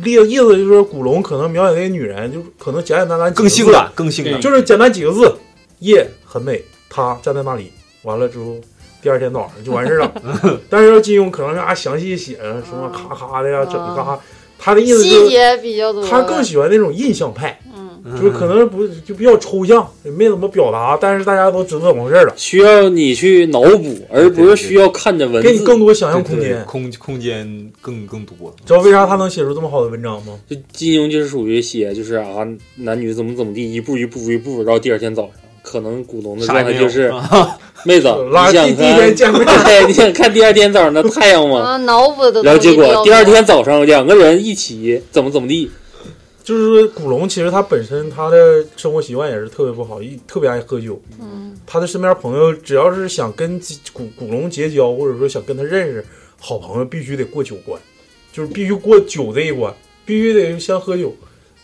B: 意意思就是说古龙可能描写那个女人，就是可能简简单单几个
F: 更性
B: 字，
F: 感，更性感。
B: 就是简单几个字，夜很美，她站在那里，完了之后，第二天早上就完事儿 了。但是要金庸可能是啊详细写啊什么咔咔的呀，整个咔，他的意思
E: 啊细
B: 就是
E: 节比较多。
B: 他更喜欢那种印象派，
E: 嗯，
B: 就是可能不就比较抽象，也没怎么表达，但是大家都知道怎么回事了，
C: 需要你去脑补，而不是需要看着文
B: 给你
C: 字。
B: 更多想象
F: 对
B: 空
F: 对
B: 间。
F: 空空间更更多。
B: 知道为啥他能写出这么好的文章吗？
C: 就金庸就是属于写就是啊男女怎么怎么地，一步一步一步，然后第二天早上可能古龙的
F: 啥
C: 状
F: 也
C: 态
F: 没有
C: 就是
F: 啊
C: 妹子，
B: 嗯拉
C: 你
B: 第
C: 想
B: 第一天
C: 看，
B: 见面，
C: 对，你想看第二天早上的太阳吗？
E: 啊，脑补的。
C: 然后结
E: 嗯
C: 果第二天，早上两个人一起怎么怎么地，
B: 就是说古龙其实他本身他的生活习惯也是特别不好，一特别爱喝酒。
E: 嗯，
B: 他的身边朋友只要是想跟其古古龙结交，或者说想跟他认识，好朋友必须得过酒关，就是必须过酒这一关，必须得先喝酒。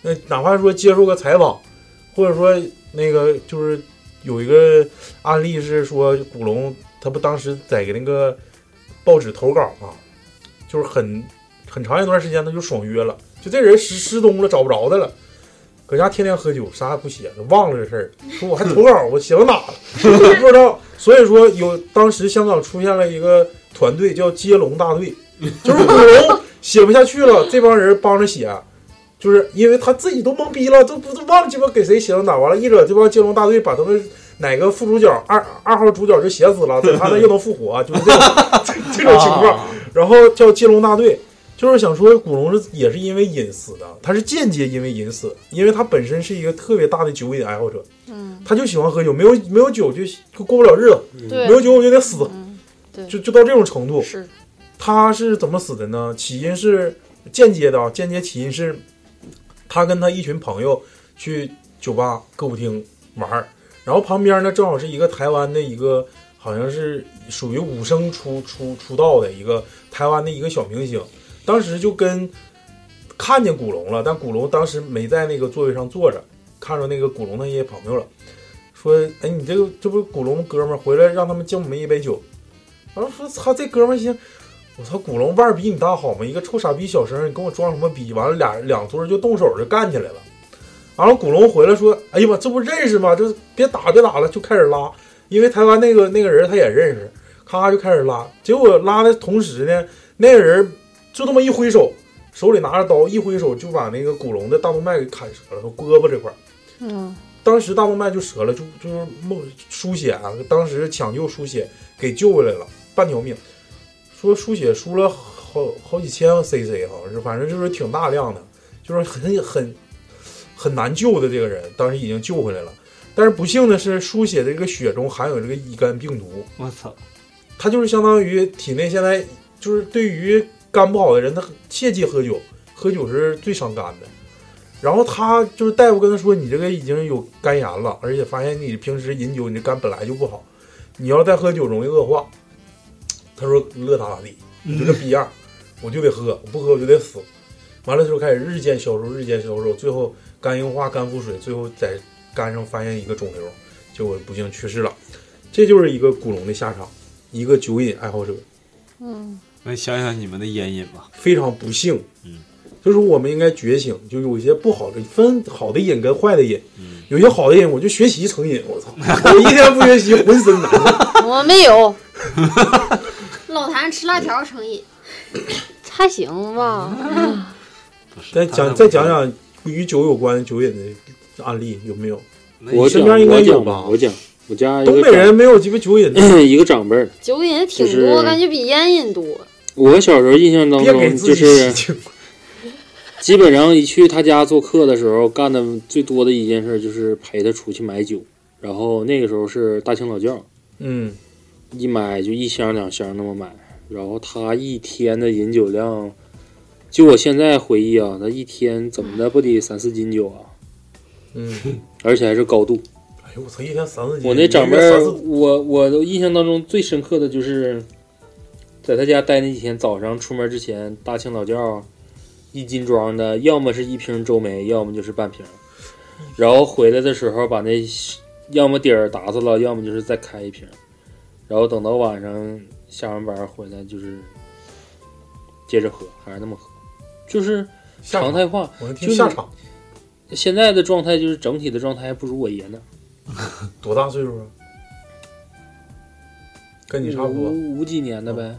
B: 那哪怕说接受个采访，或者说那个就是有一个案例是说古龙他不当时在给那个报纸投稿嘛，就是很很长一段时间他就爽约了，就这人失失踪了，找不着他了。搁家天天喝酒，啥也不写，忘了这事儿。说我还投稿，我写到哪了？ 不知道。所以说有当时香港出现了一个团队叫接龙大队，就是古龙写不下去了，这帮人帮着写，啊就是因为他自己都懵逼了，都不都忘了鸡巴给谁写到哪完了，一惹这帮接龙大队把他们。哪个副主角二二号主角就写死了，在他那又能复活，啊就是这种 这种情况。然后叫接龙大队，就是想说古龙是也是因为瘾死的，他是间接因为瘾死，因为他本身是一个特别大的酒瘾爱好者，
E: 嗯，
B: 他就喜欢喝酒，没有没有酒就就过不了日子，
E: 对
B: 没，有酒我就得死，
E: 嗯，对，
B: 就就到这种程度。
E: 是
B: 他是怎么死的呢？起因是间接的啊，间接起因是他跟他一群朋友去酒吧歌舞厅玩儿，然后旁边呢正好是一个台湾的一个好像是属于武生出出出道的一个台湾的一个小明星，当时就跟看见古龙了，但古龙当时没在那个座位上坐着，看着那个古龙的一些朋友了，说：“哎，你这个这不是古龙哥们儿回来让他们敬我们一杯酒。”然后说：“操，这哥们儿行。”我操，古龙腕儿比你大好吗？一个臭傻逼小生，你跟我装什么逼？完了俩两桌就动手就干起来了。完了，古龙回来说：“哎呀妈，这不认识吗？这别打别打了，就开始拉。因为台湾那个那个人他也认识，咔咔就开始拉。结果拉的同时呢，那个人就这么一挥手，手里拿着刀，一挥手就把那个古龙的大动脉给砍折了，胳膊这块儿。
E: 嗯，
B: 当时大动脉就折了，就就是冒输血啊，当时抢救输血给救回来了，半条命。说输血输了好好几千 cc 啊好像是，反正就是挺大量的，就是很很很难救的这个人，当时已经救回来了。但是不幸的是，输血的这个血中含有这个乙肝病毒，
F: 我操！
B: 它就是相当于体内现在就是对于肝不好的人，他切忌喝酒，喝酒是最伤肝的。然后他就是大夫跟他说，你这个已经有肝炎了，而且发现你平时饮酒，你这肝本来就不好，你要再喝酒容易恶化。他说乐他咋地，你就这逼样，我就得喝，我不喝我就得死。完了之后开始日渐消瘦，日渐消瘦，最后肝硬化、肝腹水，最后在肝上发现一个肿瘤，结果不幸去世了。这就是一个古龙的下场。一个酒瘾爱好者，
E: 嗯，
F: 那想想你们的烟瘾吧，
B: 非常不幸。
F: 嗯，
B: 就是我们应该觉醒，就有一些不好的分好的瘾跟坏的瘾。
F: 嗯，
B: 有些好的瘾，我就学习成瘾，我操， 我一天不学习浑身难受。
E: 我没有，
D: 老谭吃辣条成瘾，
E: 还行 吧，
B: 再讲再讲讲与酒有关酒瘾的案例有没有？
C: 我
B: 身
C: 讲
B: 边应该
C: 我
B: 有
C: 讲
B: 吧
C: 我讲我家一个
B: 东北人没有鸡巴酒瘾的，
C: 长 一个长辈儿，
E: 酒瘾挺
C: 就是
E: 多，感觉比烟瘾多。
C: 我小时候印象当
B: 别给
C: 中
B: 自
C: 嗯
B: 己
C: 就
B: 洗
C: 是
B: 清。
C: 基本上一去他家做客的时候，干的最多的一件事就是陪他出去买酒，然后那个时候是大清早教，
B: 嗯，
C: 一买就一箱两箱那么买，然后他一天的饮酒量，就我现在回忆啊，他一天怎么的不得三四斤酒啊，
B: 嗯，
C: 而且还是高度。
B: 哎呦我操，一天三四斤，
C: 我那长辈
B: 一个
C: 儿
B: 月三，四
C: 我我的印象当中最深刻的就是，在他家待那几天，早上出门之前，大清早觉，一斤装的，要么是一瓶周梅，要么就是半瓶，然后回来的时候把那要么底儿打死了，要么就是再开一瓶，然后等到晚上下完班回来就是接着喝，还是那么喝，就是
B: 下
C: 常
B: 场，
C: 态化。
B: 我能
C: 就
B: 听
C: 是
B: 下场
C: 现在的状态就是整体的状态还不如我爷呢。
B: 多大岁数啊？跟你差不
C: 嗯
B: 多。嗯
C: 五五几年的呗，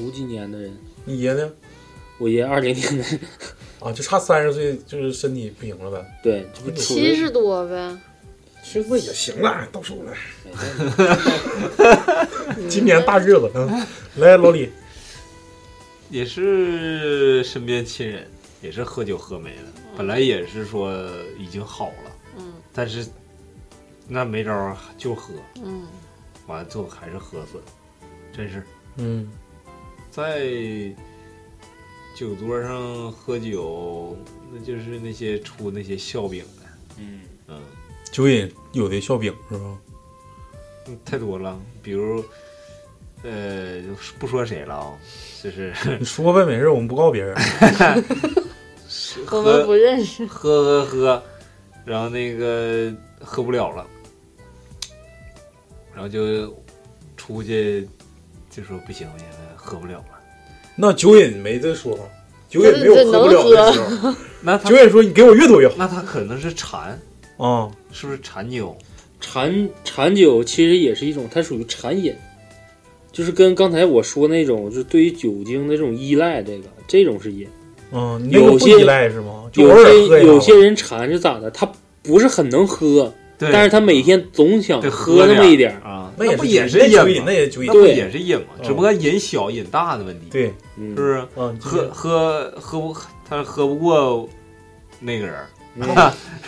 C: 五几年的人，
B: 你爷呢？
C: 我爷二零年的，
B: 啊，就差三十岁，就是身体不行了呗。
C: 对，这不处
E: 七
C: 于
E: 十多呗，
B: 其实那也行了，到手 了。今年大日子，嗯，来老李，
F: 也是身边亲人，也是喝酒喝没了，本来也是说已经好了，
E: 嗯
F: 但是那没招儿就喝，
E: 嗯，
F: 完了最后还是喝死了，真是
B: 嗯，
F: 在酒桌上喝酒，那就是那些出那些笑柄的，
G: 嗯，
F: 嗯，
B: 酒瘾有的笑柄是吧？
F: 嗯太多了，比如。呃，不说谁了啊、就是
B: 你说呗，没事，我们不告别人。
E: 我
F: 喝。
E: 们不认识。
F: 喝喝喝，然后那个喝不了了，然后就出去就说不行不行，喝不了了。
B: 那酒瘾没这说法，酒瘾没有
E: 这这
B: 喝不了的
E: 能
B: 时候。
F: 那他
B: 酒瘾说：“你给我越多越好。
F: 那他可能是馋，”
B: 啊，
F: 是不是馋酒？
C: 馋馋酒其实也是一种，它属于馋瘾，就是跟刚才我说那种，就是对于酒精的这种依赖，这个这种是瘾。
B: 嗯，你那个
C: 有
B: 不
C: 些
B: 依赖是吗？就
C: 有
B: 偶尔喝
C: 些
B: 一
C: 有
B: 下吧。
C: 些人馋是咋的？他不是很能喝，
F: 对，
C: 但是他每天总想
F: 得
C: 喝那
F: 点
C: 么
F: 儿
C: 一点儿。
F: 啊，
B: 那也
F: 不也
B: 是
F: 是
B: 酒瘾，
F: 瘾
B: 那
F: 吗？
B: 也酒瘾
F: 那。不
C: 对
F: 也是瘾吗？
B: 嗯
F: 只不过瘾小瘾大的问题，
B: 对，
C: 嗯
F: 是不，是？
B: 嗯，
F: 喝喝喝不，他喝不过那个人儿，
C: 嗯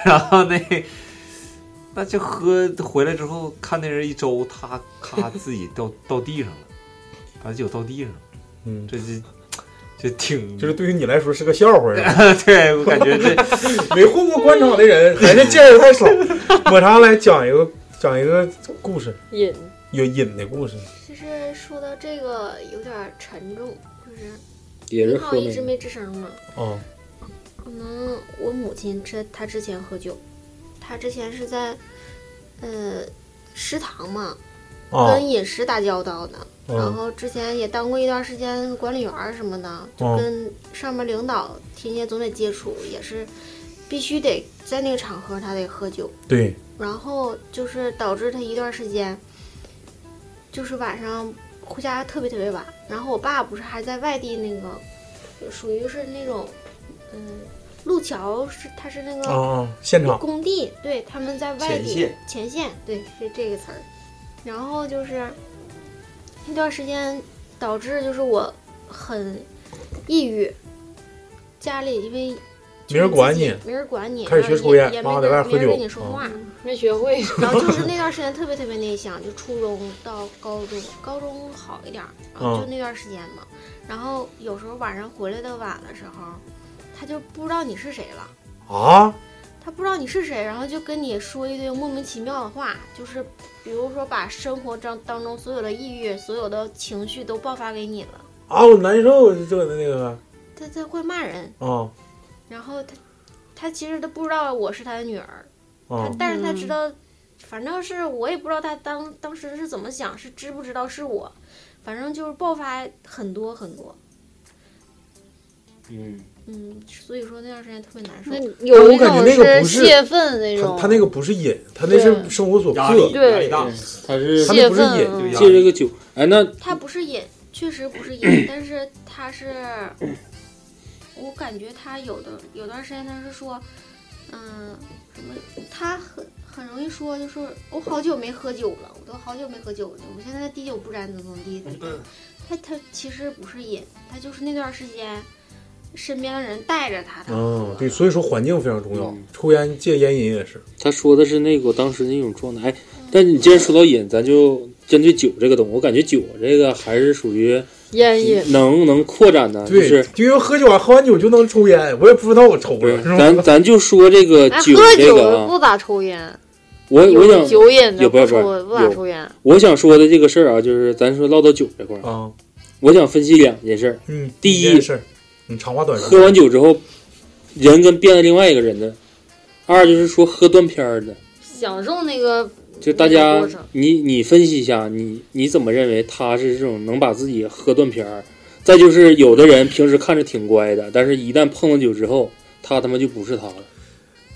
F: 然后那那就喝回来之后，看那人一周，他咔自己掉到地上了，把酒倒地上了，
B: 嗯，
F: 这就就挺
B: 就是对于你来说是个笑 话儿，
F: 对我感 觉这
B: 没混过官场的人还是见识太少。抹茶来讲一个讲一个故事，
E: 瘾，
B: 有瘾的故事。
D: 其实说到这个有点沉重，就是
C: 也是
D: 你好
C: 喝
D: 一
C: 那
D: 直
C: 个。
D: 没吱声了。
B: 啊，
D: 可能我母亲之她之前喝酒，她之前是在呃食堂嘛，
B: 啊
D: 跟饮食打交道的。然
B: 啊
D: 后之前也当过一段时间管理员儿什么的，
B: 哦
D: 就跟上面领导天天总得接触，也是必须得在那个场合他得喝酒，
B: 对，
D: 然后就是导致他一段时间，就是晚上回家特别特别晚。然后我爸不是还在外地那个，属于是那种，嗯，路桥是他是那个
B: 啊，现场
D: 工地，对，他们在外
G: 前
D: 地
G: 线
D: 前线对，是这个词儿。然后就是那段时间导致就是我很抑郁，家里因为
B: 没人管你
D: 自己没人管你，
B: 开始学抽烟
D: 也也没
B: 妈
D: 人
B: 在外喝
D: 没人
B: 酒
D: 跟你说
B: 啊
D: 话。
E: 没学会。
D: 然后就是那段时间特别特别内向，就初中到高中，高中好一点儿，然后就
B: 嗯
D: 那段时间嘛。然后有时候晚上回来的晚的时候，他就不知道你是谁了，
B: 啊，
D: 他不知道你是谁，然后就跟你说一堆莫名其妙的话，就是比如说把生活当当中所有的抑郁、所有的情绪都爆发给你了，
B: 啊，我难受，这个那个
D: 他他会骂人，
B: 啊
D: 然后他他其实都不知道我是他的女儿，他
B: 啊
D: 但是他知道，反正是我也不知道他当当时是怎么想，是知不知道是我，反正就是爆发很多很多，
C: 嗯，
D: 嗯，所以说那段时间特别难受
E: 那。有一
B: 但我感觉
E: 种
B: 那个不是
E: 泄愤那
B: 他
E: 种，
B: 他那个不是瘾，他那是
E: 对
B: 生活所
F: 压力
B: 迫，
E: 对
F: 压力大，
C: 他是
B: 他
E: 泄
B: 那不是
E: 愤
B: 瘾
E: 啊
B: 就
F: 压
C: 借这个酒，哎，那
D: 他不是瘾，确实不是瘾，但是他是，我感觉他有的有段时间他是说，嗯，什么，他很很容易说，就是我好久没喝酒了，我都好久没喝酒了，我现在滴酒不沾，怎么怎么地。他他其实不是瘾，他就是那段时间身边的人带着他，他喝
B: 嗯
D: 了，
B: 对，所以说环境非常重要
C: 嗯，
B: 抽烟戒烟瘾也是，
C: 他说的是那个我当时那种状态。哎，但是你既然说到瘾，咱就针对酒这个东西，我感觉酒这个还是属于
E: 烟瘾。
C: 能能扩展
D: 嗯
C: 的，就
B: 对
C: 是，
B: 因为喝酒完喝完酒就能抽烟，我也不知道我抽
C: 不是
B: 了，是
C: 咱
B: 吧？
C: 咱就说这个
E: 哎，
C: 酒
E: 喝
C: 这
E: 酒
C: 个
E: 的
C: 啊，
E: 不咋抽烟，
C: 我我
E: 有
C: 想
E: 酒瘾的
C: 有不是不是
E: 抽不咋
C: 有
E: 抽烟。
C: 我想说的这个事儿啊，就是咱说唠到酒这块儿，
B: 啊，
C: 我想分析两件事儿。
B: 嗯，
C: 第一
B: 件事儿，你长话短
C: 喝
B: 说，
C: 完酒之后，人跟变了另外一个人的。二就是说喝断片儿的，
E: 享受那个
C: 就大
E: 那个
C: 家
E: 过程
C: 你你分析一下，你你怎么认为他是这种能把自己喝断片儿？再就是有的人平时看着挺乖的，但是一旦碰了酒之后，他他妈就不是他了。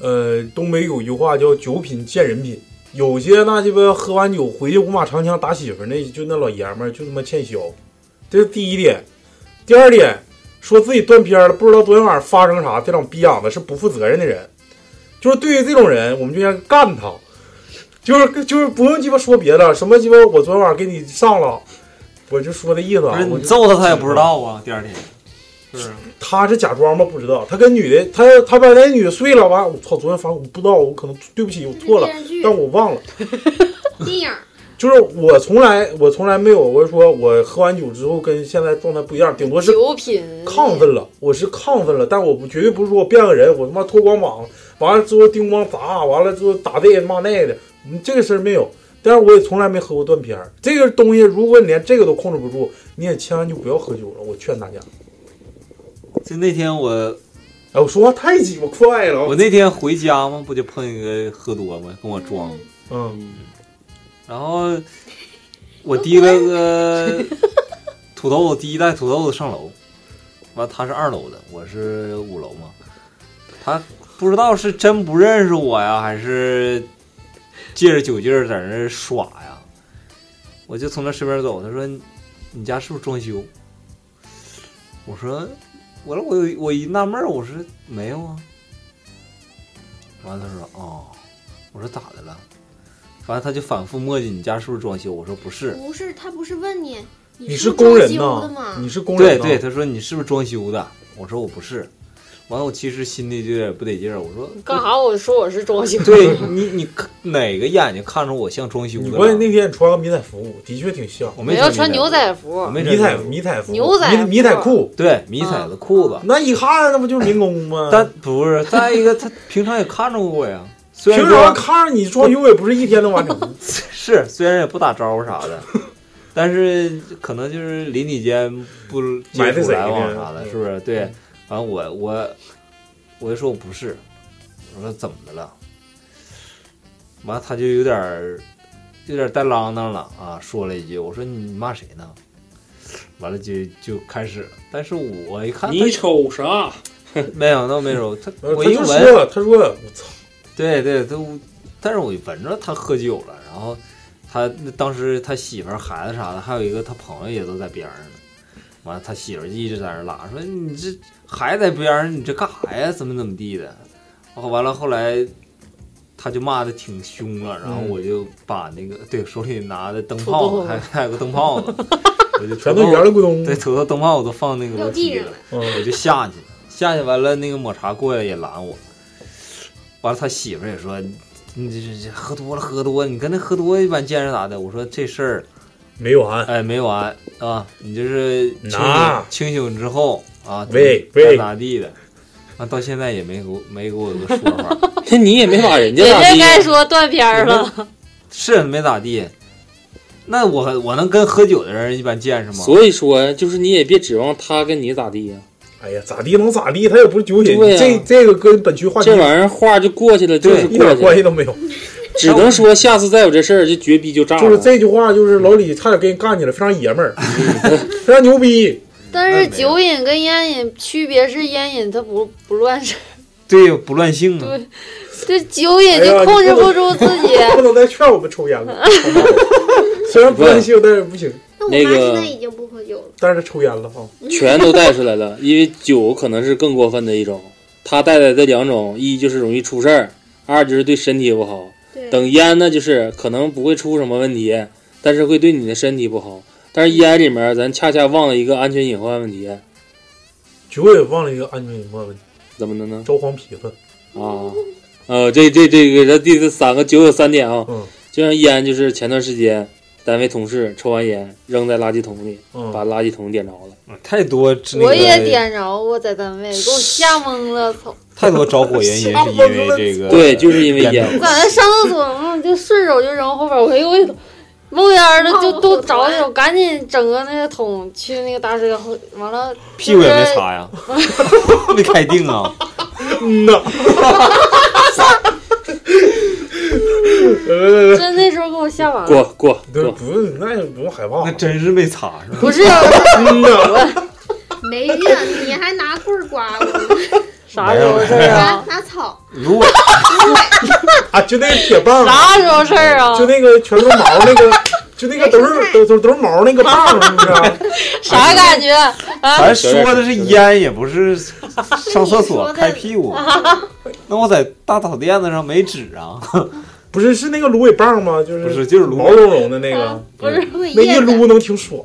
B: 呃，东北有一句话叫“酒品见人品有些那鸡巴喝完酒回去五马长枪打媳妇儿那，就那老爷们儿就他妈欠削，这是第一点。第二点，说自己断片儿了，不知道昨天晚上发生啥，这种逼养子是不负责任的人。就是对于这种人，我们就应该干他，就是就是不用鸡巴说别的，什么鸡巴我昨天晚上给你上了，我就说的意思
F: 不
B: 啊
F: 是。
B: 我
F: 你
B: 就
F: 揍他，他也不知道啊。第二天，是不是？
B: 他是假装吧，不知道。他跟女的，他他把那女的睡了，完，我操，昨天晚上我不知道，我可能对不起，我
D: 这是
B: 错了，
D: 电视剧、
B: 但我忘了。
D: 电影儿，
B: 就是我从来我从来没有过说我喝完酒之后跟现在状态不一样，顶多是
E: 酒品
B: 亢奋了，我是亢奋了，但我不绝对不是说我变个人，我他妈脱光膀，完了之后叮咣砸，完了之后打这骂那的，嗯，这个事儿没有。但是我也从来没喝过断片儿，这个东西如果你连这个都控制不住，你也千万就不要喝酒了。我劝大家，
F: 就那天我
B: 哎，我说话太鸡巴快了，
F: 我那天回家嘛，不就碰一个喝多嘛，跟我装。
B: 嗯，
F: 然后我提了个呃土豆子，第一袋土豆子上楼，完他是二楼的，我是五楼嘛。他不知道是真不认识我呀，还是借着酒劲儿在那儿耍呀。我就从他身边走，他说：“你家是不是装修？”我说：“我说我有我一纳闷儿，我说没有啊。”完了他说：“哦。”我说：“咋的了？”反正他就反复磨叽：“你家是不是装修？”我说：“不是。”
D: 不是他不是问你，
B: 你
D: 是
B: 是工人
D: 装修的
B: 呐
E: 嗯
D: 吗，？
B: 你是工
F: 对
B: 人呐，
F: 对，他说你是不是装修的？我说我不是。完了，我其实心里就有点不得劲儿。我说
E: 干？啥？我说我是装修，
F: 对你你看哪个眼睛看着我像装修的
B: 你
F: 了？
B: 关键那天你穿个迷彩服，的确挺像。
F: 我
E: 我
F: 没
E: 要
F: 迷
E: 穿
F: 彩
E: 牛
F: 服，
E: 仔
F: 我
E: 服，
F: 没
B: 迷彩
F: 穿
B: 迷彩服、
E: 牛仔
B: 迷迷彩裤，
F: 对迷彩的裤子。
B: 那一看那不就是民工
E: 嗯
B: 吗？
F: 但不是，再一个他平常也看着过我呀。虽然
B: 平常
F: 说
B: 看着你装修也不是一天能 完成，
F: 是虽然也不打招呼啥的，但是可能就是邻里间不接
B: 埋汰
F: 触
B: 谁
F: 来往
B: 呢
F: 啥的，
B: 嗯
F: 是不是？对，完我我我就说我不是，我说怎么的了？完他就有点儿有点儿带啷当了啊，说了一句，我说你骂谁呢？完了就就开始了，但是我一看
A: 你瞅啥？
F: 他没有，那没有他，
B: 呃
F: 我啊
B: 他
F: 一
B: 就
F: 闻
B: 说他说我操，
F: 对对，他，但是我闻着他喝酒了，然后他那当时他媳妇儿、孩子啥的，还有一个他朋友也都在边上呢。完了，他媳妇儿就一直在那儿拉，说你这还在边上，你这干啥呀？怎么怎么地的？后完了，后来他就骂的挺凶了，然后
B: 嗯
F: 我就把那个 对手里拿的灯
E: 土
F: 泡
E: 豆
F: 子，还还有个 灯泡子，我就
B: 全
F: 土
B: 都
F: 豆
B: 圆了咕咚。
F: 对，土豆灯泡我都放那个楼
D: 撂
F: 梯
D: 地
F: 了
D: 上。了，
B: 嗯，
F: 我就下去了，下去完了，那个抹茶过来也拦我，完了他媳妇儿也说，你这这这喝多了喝多了，你跟那喝多一般见识咋的？我说这事儿
B: 没完，
F: 哎没完啊，你就是清醒
B: 拿
F: 清醒之后啊，
B: 喂
F: 该
B: 喂
F: 咋地的，啊到现在也没给我没给我有个说法，
C: 那你也没把人 家
E: 人
C: 咋
E: 家
C: 地，啊
E: 该说断片儿了，
F: 是没咋地。那我我能跟喝酒的人一般见识吗？
C: 所以说呀，就是你也别指望他跟你咋地啊呀，
B: 哎呀，咋地能咋地？他也不是酒瘾，
C: 对呀
B: 这这个跟本区话题
C: 这玩意儿话就过去了，就是
B: 一
C: 过
B: 点
C: 去
B: 关系
C: 了，啊
B: 都没有。
C: 只能说下次再有这事儿就绝逼就炸了。
B: 就是这句话，就是老李差点跟人干起来，非常爷们儿，非常牛逼。
E: 但
F: 那
E: 是
F: 没有
E: 酒瘾跟烟瘾区别是烟瘾，它不不乱射，
F: 对不乱性啊
E: 对，这酒瘾
B: 哎呀
E: 就控制
B: 你
E: 不
B: 不
E: 住自 己。
B: 不能再劝我们抽烟了，好吗虽然不任性，但是不行，
D: 那我
C: 那
D: 妈现
C: 个
D: 在已经不喝酒了，
B: 但是抽烟了啊。
C: 全都带出来了，因为酒可能是更过分的一种。它带来的两种，一就是容易出事儿，二就是对身体也不好。
D: 对，
C: 等烟呢，就是可能不会出什么问题，但是会对你的身体不好。但是烟里面，咱恰恰忘了一个安全隐患问题，
B: 酒也忘了一个安全隐患问题，
C: 怎么的呢？
B: 招黄皮子。
C: 啊，呃，这这这个这第三个九有三点啊，
B: 嗯
C: 就像烟，就是前段时间单位同事抽完烟扔在垃圾桶里，把
B: 嗯，
C: 垃圾桶点着了。
F: 太多那
E: 我
B: 哎
E: 也
F: 个
E: 点着，我在单位给我吓懵了，操！
F: 太多着火原因是因为这
B: 呃
F: 个
C: 对，就是因为
F: 烟
C: 烟
F: 头。
E: 我感觉上厕所嘛，就顺手就扔后边，我哎呦我一冒烟儿了，就都着哦去，我赶紧整个那个桶去那个大水后，完了
F: 屁股也没擦 呀，没开腚啊，
B: 嗯呐，呃，
E: 真那时候给我吓完了。
C: 过过
B: 对，
C: 过，
B: 不用，那也不用害怕
F: 那。真是没擦是吧？
E: 不是啊
B: 嗯呐。
D: 没劲，你还拿棍儿刮我，
E: 啥时候的事儿
D: 拿
E: 啊？
D: 拿草，
F: 如果
B: 啊，就那个铁棒，
E: 啥时候事儿啊？
B: 就那个全都毛那个，就那个都是都都都是毛那个棒，是不是啊？
E: 啥感觉？啊，
F: 咱说的是烟，也不是上厕所开屁股。那我在大草垫子上没纸啊，
B: 不是是那个芦苇棒吗？就是
F: 不是就是芦苇
B: 毛茸茸的那个，
E: 不是，
B: 那一撸能挺爽。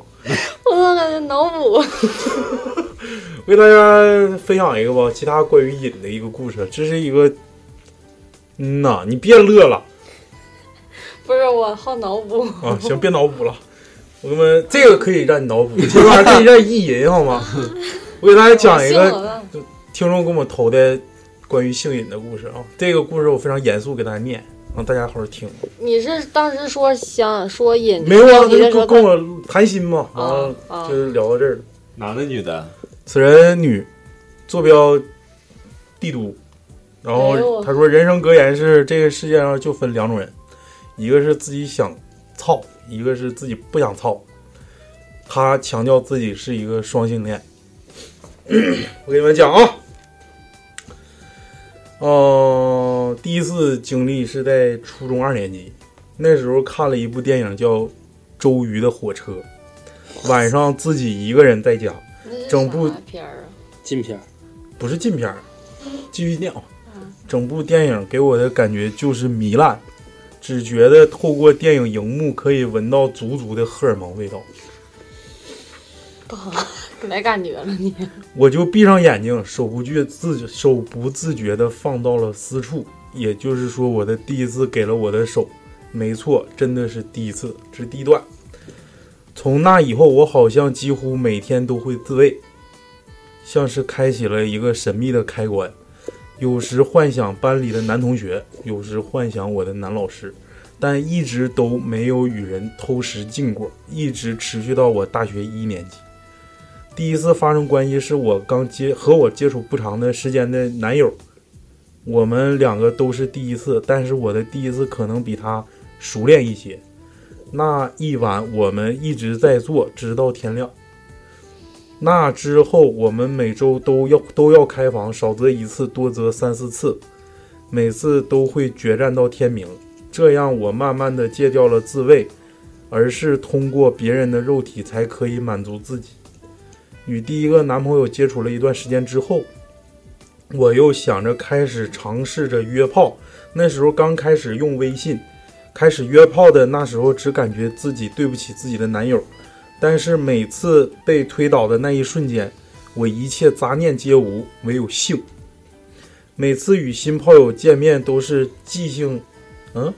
E: 我总感觉脑补。
B: 为大家分享一个吧，其他关于瘾的一个故事，这是一个，嗯呐，你别乐了
E: 不是我好脑补，
B: 啊，行，别脑补了，我们这个可以让你脑补，这玩意儿可以让你意淫好吗？我给大家讲一
E: 我信
B: 个
E: 我了
B: 听众给我们投的关于性瘾的故事啊，这个故事我非常严肃给大家念，让大家好好听。
E: 你是当时说想说引
B: 没有啊，
E: 你
B: 他
E: 的
B: 就
E: 时
B: 跟
E: 候
B: 跟我谈心嘛，完
E: 啊
B: 了就是聊到这儿了。
F: 男的女的，
B: 此人女，坐标帝都。然
E: 哎呦
B: 后他说，人生格言是：这个世界上就分两种人，一个是自己想操，一个是自己不想操。他强调自己是一个双性恋。 我给你们讲啊，呃，第一次经历是在初中二年级，那时候看了一部电影叫《周瑜的火车》，晚上自己一个人在家，
E: 那是
B: 整部
E: 啥片儿啊？
C: 禁片儿。
B: 不是禁片儿，继续念啊。整部电影给我的感觉就是糜烂，只觉得透过电影荧幕可以闻到足足的荷尔蒙味道。
E: 没感觉了你。
B: 我就闭上眼睛，手不觉自手不自觉地放到了私处，也就是说，我的第一次给了我的手，没错，真的是第一次，是第一段。从那以后，我好像几乎每天都会自慰，像是开启了一个神秘的开关。有时幻想班里的男同学，有时幻想我的男老师，但一直都没有与人偷食禁果，一直持续到我大学一年级。第一次发生关系是我刚接和我接触不长的时间的男友，我们两个都是第一次，但是我的第一次可能比他熟练一些。那一晚我们一直在做，直到天亮。那之后我们每周都要都要开房，少则一次，多则三四次，每次都会决战到天明。这样我慢慢的戒掉了自慰，而是通过别人的肉体才可以满足自己。与第一个男朋友接触了一段时间之后，我又想着开始尝试着约炮。那时候刚开始用微信，开始约炮的那时候，只感觉自己对不起自己的男友，但是每次被推倒的那一瞬间，我一切杂念皆无，唯有性。每次与新炮友见面都是即兴，嗯，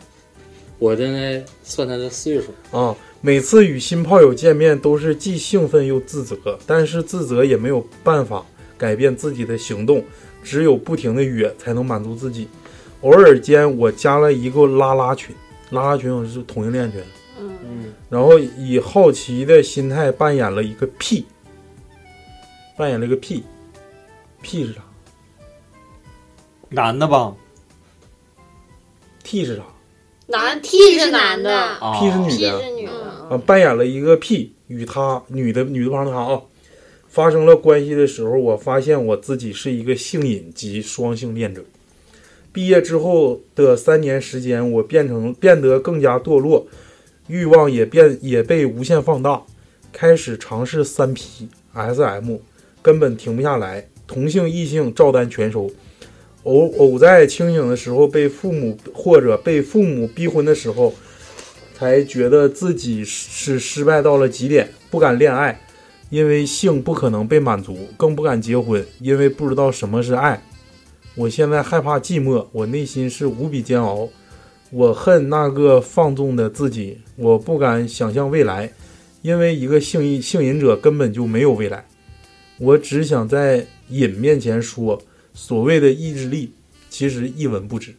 C: 我正在算他的岁数，
B: 啊，每次与新炮友见面都是既兴奋又自责，但是自责也没有办法改变自己的行动，只有不停的约才能满足自己。偶尔间，我加了一个拉拉群，拉拉群我是同性恋群，
C: 嗯，
B: 然后以好奇的心态扮演了一个 P，扮演了一个 P，P 是啥
F: 男的吧
B: ？T 是啥？
E: 男
D: T 是
E: 是
D: 男
E: 的、
D: 的，
F: 啊
B: P 是女
E: t
B: 的
E: 哦是女的，
B: 啊，扮演了一个 P 与他女的女的旁他啊，发生了关系的时候，我发现我自己是一个性瘾及双性恋者。毕业之后的三年时间，我变成变得更加堕落，欲望也变也被无限放大，开始尝试三 P、SM，根本停不下来，同性异性照单全收。偶偶在清醒的时候被父母或者被父母逼婚的时候，才觉得自己是失败到了极点，不敢恋爱，因为性不可能被满足，更不敢结婚，因为不知道什么是爱。我现在害怕寂寞，我内心是无比煎熬，我恨那个放纵的自己，我不敢想象未来，因为一个性瘾性瘾者根本就没有未来。我只想在瘾面前说，所谓的意志力其实一文不值。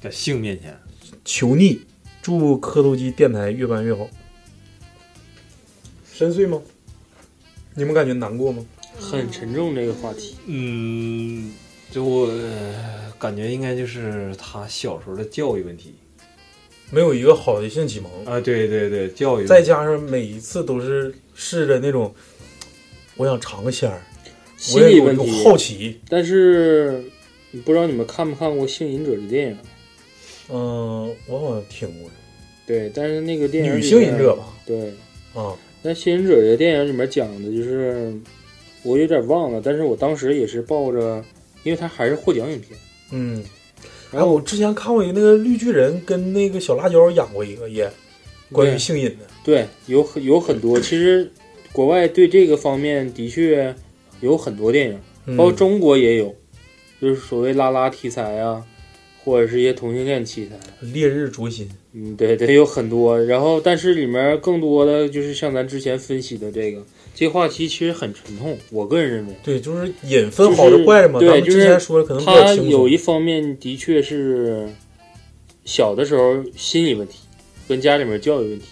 F: 在性面前，
B: 求逆，祝磕头机电台越办越好。深邃吗？你们感觉难过吗？
C: 很沉重这个话题。
F: 嗯，就我、呃感觉应该就是他小时候的教育问题
B: 没有一个好的性启蒙，
F: 啊，对对对，教育
B: 再加上每一次都是试着那种，我想尝个鲜儿，我
C: 心
B: 也
C: 理
B: 有一
C: 问
B: 种
C: 题，
B: 好奇，
C: 但是你不知道你们看没看过《性瘾者》的电影？
B: 嗯，我好像听过
C: 对，但是那个电影
B: 女
C: 里
B: 性
C: 边
B: 瘾者？吧？
C: 对，
B: 啊，
C: 但《新人者》的电影里面讲的就是，我有点忘了，但是我当时也是抱着，因为它还是获奖影片，
B: 嗯。
C: 然
B: 然
C: 后
B: 后我之前看过一个那个绿巨人跟那个小辣椒演过一个，也关于性瘾的。
C: 对有很有很 多，其实国外对这个方面的确有很多电影，
B: 嗯
C: 包括中国也有，就是所谓拉拉题材啊，或者是一些同性恋题材，
B: 烈日灼心，
C: 嗯，对对，有很多。然后，但是里面更多的就是像咱之前分析的这个，这话题其实很沉痛，我个人认为。
B: 对，就是瘾分好的坏的嘛。
C: 就是对
B: 咱们之前说的可能比较
C: 他
B: 轻
C: 有
B: 松
C: 一。方面的确是小的时候心理问题，跟家里面教育问题。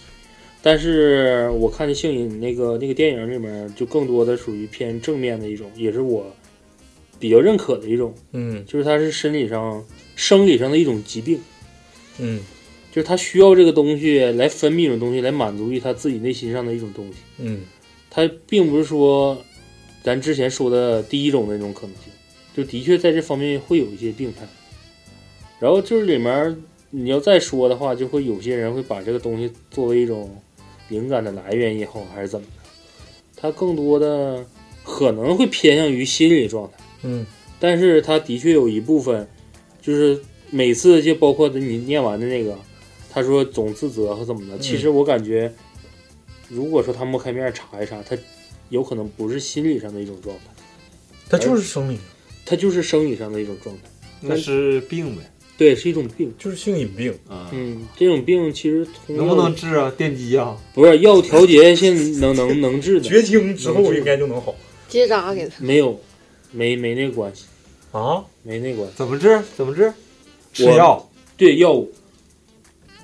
C: 但是我看的《性瘾》那个那个电影里面，就更多的属于偏正面的一种，也是我比较认可的一种，
B: 嗯
C: 就是它是生理上、生理上的一种疾病，
B: 嗯
C: 就是他需要这个东西来分泌一种东西，来满足于他自己内心上的一种东西。
B: 嗯
C: 它并不是说咱之前说的第一种的那种可能性，就的确在这方面会有一些病态。然后就是里面你要再说的话，就会有些人会把这个东西作为一种灵感的来源也好，还是怎么的，它更多的可能会偏向于心理状态，
B: 嗯
C: 但是它的确有一部分，就是每次就包括你念完的那个，他说总自责和怎么
B: 嗯
C: 的，其实我感觉。如果说他摸开面查一查，他有可能不是心理上的一种状态，哎
B: 他就是生理，
C: 他就是生理上的一种状态。
F: 那是病呗
C: 对，是一种病。
B: 就是性瘾病。
F: 啊，
C: 嗯，这种病其实通
F: 能不能治啊？电击啊？
C: 不是药调节性能能能治的？
B: 绝经之后应该就能好
E: 结扎啊给他。
C: 没有，没没那关系，
B: 啊？
C: 没那关系。
F: 怎么治？怎么治？吃
C: 我
F: 药。
C: 对药物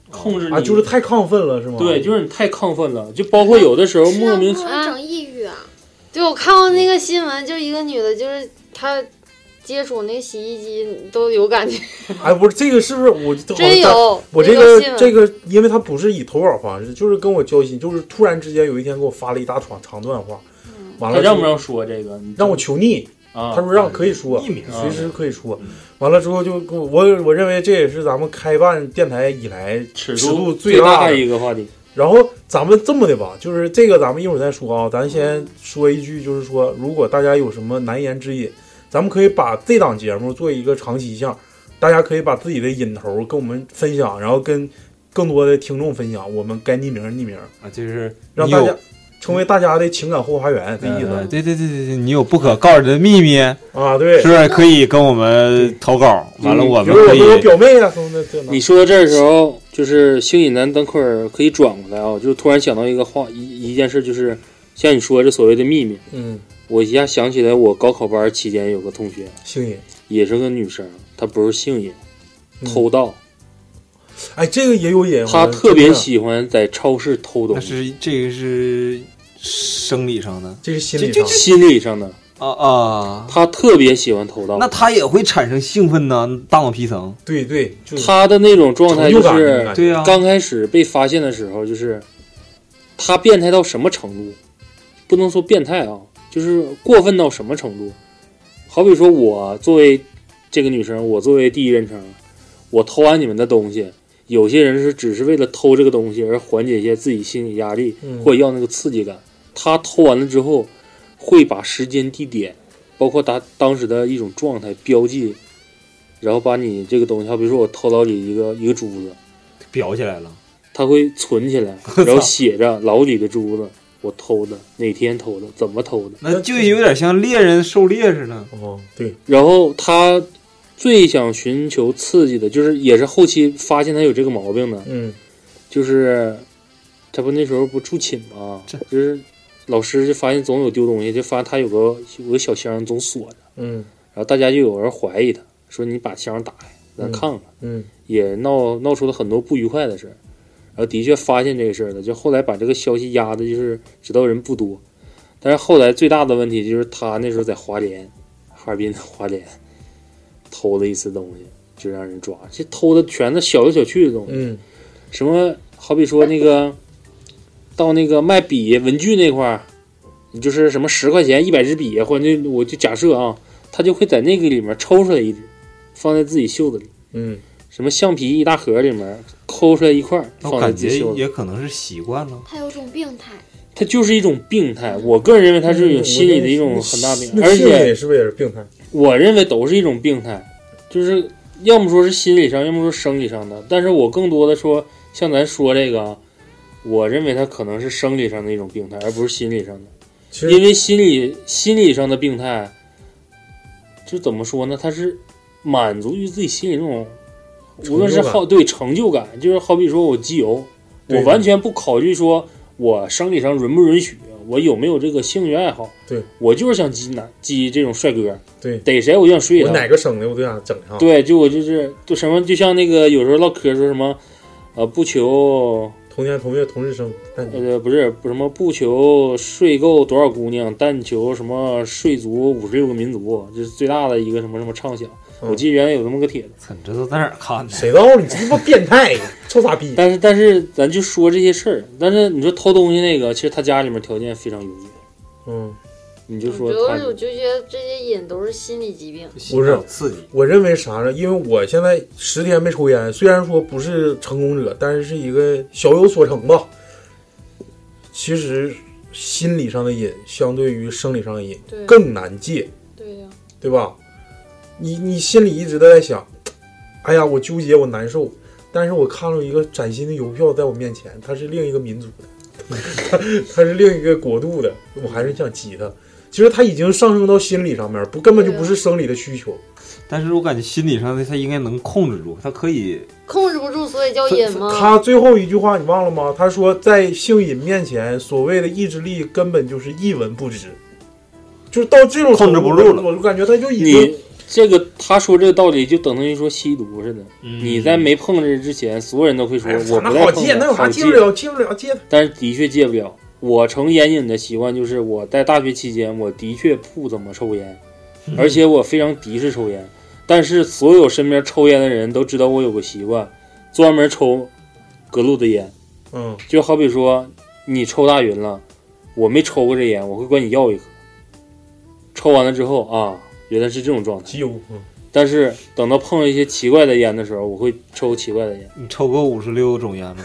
C: 控制你，
B: 啊，就是太亢奋了是吗？
C: 对，就是你太亢奋了，就包括有的时候莫名
D: 吃
C: 其
D: 药不能整抑郁啊，
E: 对，我看过那个新闻，就一个女的，就是她接触那个洗衣机都有感觉，
B: 哎，不是这个是不是我好像
E: 真
B: 在
E: 有。
B: 哦我这
E: 那个啊
B: 个
E: 新闻
B: 这个，因为他不是以投稿方式，就是跟我交心，就是突然之间有一天给我发了一大长长段话，完
E: 嗯
C: 他哎
B: 了
C: 让不
B: 就
C: 让说这个？你
B: 让我求逆，
C: 啊？
B: 他说让可以说，
F: 匿名啊
B: 随时可以说。完了之后就跟我我我认为这也是咱们开办电台以来
C: 尺
B: 尺度最
C: 最
B: 大
C: 的
B: 的
C: 一个话题。
B: 然后咱们这么的吧，就是这个咱们一会儿再说啊，咱先说一句，就是说如果大家有什么难言之隐，咱们可以把这档节目做一个长期项，大家可以把自己的瘾头跟我们分享，然后跟更多的听众分享，我们该匿名匿名，
F: 啊，就是
B: 让
F: 你
B: 大
F: 有
B: 家成为大家的情感后花园，这意
F: 呃
B: 思
F: 对对对对对，你有不可告人的秘密，
B: 啊？对
F: 是，不是可以跟我们投稿？完了，嗯我
B: 比
F: 们
B: 如我
F: 可
B: 跟我
F: 以
B: 表妹啊什么的，这那
C: 你说到这儿的时候，就是星野男等会儿可以转过来啊，就是突然想到一个话一一件事，就是像你说这所谓的秘密，
B: 嗯，
C: 我一下想起来，我高考班期间有个同学，
B: 星爷，
C: 也是个女生，她不是性瘾，
B: 嗯
C: 偷盗，
B: 哎，这个也有瘾，
C: 她特别，喜欢在超市偷
F: 那
C: 东西，
F: 是这个是生理上的
B: 这是心理上
F: 这这
B: 的，
C: 心理上的，
F: 啊啊，
C: 她特别喜欢偷盗
F: 那，他也会产生兴奋呢，大脑皮层。
B: 对对，就是
C: 她的那种状态
B: 成就
C: 就
B: 感那种
C: 是啊
B: 感觉，
F: 对呀、
C: 刚开始被发现的时候，就是他变态到什么程度？不能说变态啊，就是过分到什么程度？好比说，我作为这个女生，我作为第一人称，我偷完你们的东西，有些人是只是为了偷这个东西而缓解一些自己心理压力，
B: 嗯
C: 或者要那个刺激感。他偷完了之后，会把时间、地点，包括他当时的一种状态标记，然后把你这个东西，好比说我偷到你一个一个珠子，
F: 裱起来了，
C: 他会存起来，然后写着老李的珠子，我偷的，哪天偷的，怎么偷的。
F: 那就有点像猎人狩猎似的。
B: 哦，对，
C: 然后他最想寻求刺激的，就是也是后期发现他有这个毛病的，
B: 嗯
C: 就是他不那时候不住寝吗？
F: 这
C: 就是老师就发现总有丢东西，就发现他有个有个小箱总锁着，
B: 嗯
C: 然后大家就有人怀疑他，说你把箱打开，咱
B: 嗯
C: 看看。
B: 嗯
C: 也闹闹出了很多不愉快的事儿，然后的确发现这个事儿了，就后来把这个消息压的就是知道人不多，但是后来最大的问题就是他那时候在华联，哈尔滨的华联偷了一次东西，就让人抓，这偷的全是小来小去的东西，
B: 嗯
C: 什么好比说那个到那个卖笔文具那块儿，你就是什么十块钱一百支笔，或者那我就假设啊，他就会在那个里面抽出来一支，放在自己袖子里，
B: 嗯，
C: 什么橡皮一大盒里面抠出来一块儿
F: 那
C: 放
F: 我
C: 在
F: 感
C: 自
F: 觉
C: 己袖子，
F: 也可能是习惯了。
D: 他有种病态，
C: 它就是一种病态。我个人认为它是一种心理的一种很大病，而
F: 嗯
C: 且
B: 是不是也是病态？
C: 我认为都是一种病态，就是要么说是心理上，要么说生理上的。但是我更多的说，像咱说这个啊，我认为它可能是生理上的一种病态，而不是心理上的。
B: 其
C: 因
B: 实
C: 为心理心理上的病态，就怎么说呢？他是满足于自己心里那种，无论是
B: 成就感
C: 好对成就感，就是好比说我集邮，
B: 对
C: 我完全不考虑说我生理上允不允许，我有没有这个兴趣爱好。
B: 对，
C: 我就是想积男积这种帅哥，
B: 对
C: 逮谁我就想睡
B: 我
C: 他。
B: 哪个省的我都想整上。
C: 对，就我就是就什么，就像那个有时候唠嗑说什么，呃，不求
B: 同年同月同日生，但你
C: 呃，不是不什么不求睡够多少姑娘，但求什么睡足五十六个民族，这是最大的一个什么什么畅想。
B: 嗯
C: 我记得原来有那么个帖子，
F: 操，你这都在哪儿看的？
B: 谁知道你这不变态， 臭傻逼！
C: 但是但是咱就说这些事儿，但是你说偷东西那个，其实他家里面条件非常优越，
B: 嗯，
C: 你
E: 我
C: 就说
E: 主要
C: 他
E: 是我就觉得这些瘾都是心理疾病，
B: 不是
F: 刺激，
B: 我认为啥呢？因为我现在十天没抽烟，虽然说不是成功者，但是是一个小有所成吧。其实心理上的瘾相对于生理上的瘾
E: 对
B: 更难戒，
E: 对呀、
B: 对吧？你你心里一直都在想，哎呀，我纠结，我难受。但是我看到一个崭新的邮票在我面前，它是另一个民族的， 它是另一个国度的，我还是想急它。其实它已经上升到心理上面，不根本就不是生理的需求。
F: 但是我感觉心理上的他应该能控制住，他可以
E: 控制不住，所以叫瘾吗？
B: 他最后一句话你忘了吗？他说，在性瘾面前，所谓的意志力根本就是一文不值，就是到这种
F: 控
B: 程
F: 制
B: 度
F: 不住了
B: 我就感觉他就已经
C: 你这个他说这个道理就等同于说吸毒似的，
F: 嗯
C: 你在没碰这之前，所有人都会说
B: 嗯哎呀
C: 我
B: 那
C: 不再
B: 好
C: 碰
B: 戒，那有啥啊
C: 好
B: 戒不了？戒不了，戒他。
C: 但是的确戒不了。我成烟瘾的习惯就是我在大学期间，我的确不怎么抽烟，
B: 嗯
C: 而且我非常敌视抽烟。但是所有身边抽烟的人都知道我有个习惯，专门抽隔路的烟。
B: 嗯，
C: 就好比说你抽大云了，我没抽过这烟，我会管你要一颗。抽完了之后啊，原来是这种状态。
B: 集邮。嗯
C: 但是等到碰到一些奇怪的烟的时候，我会抽奇怪的烟。
F: 你抽过五十六种烟吗？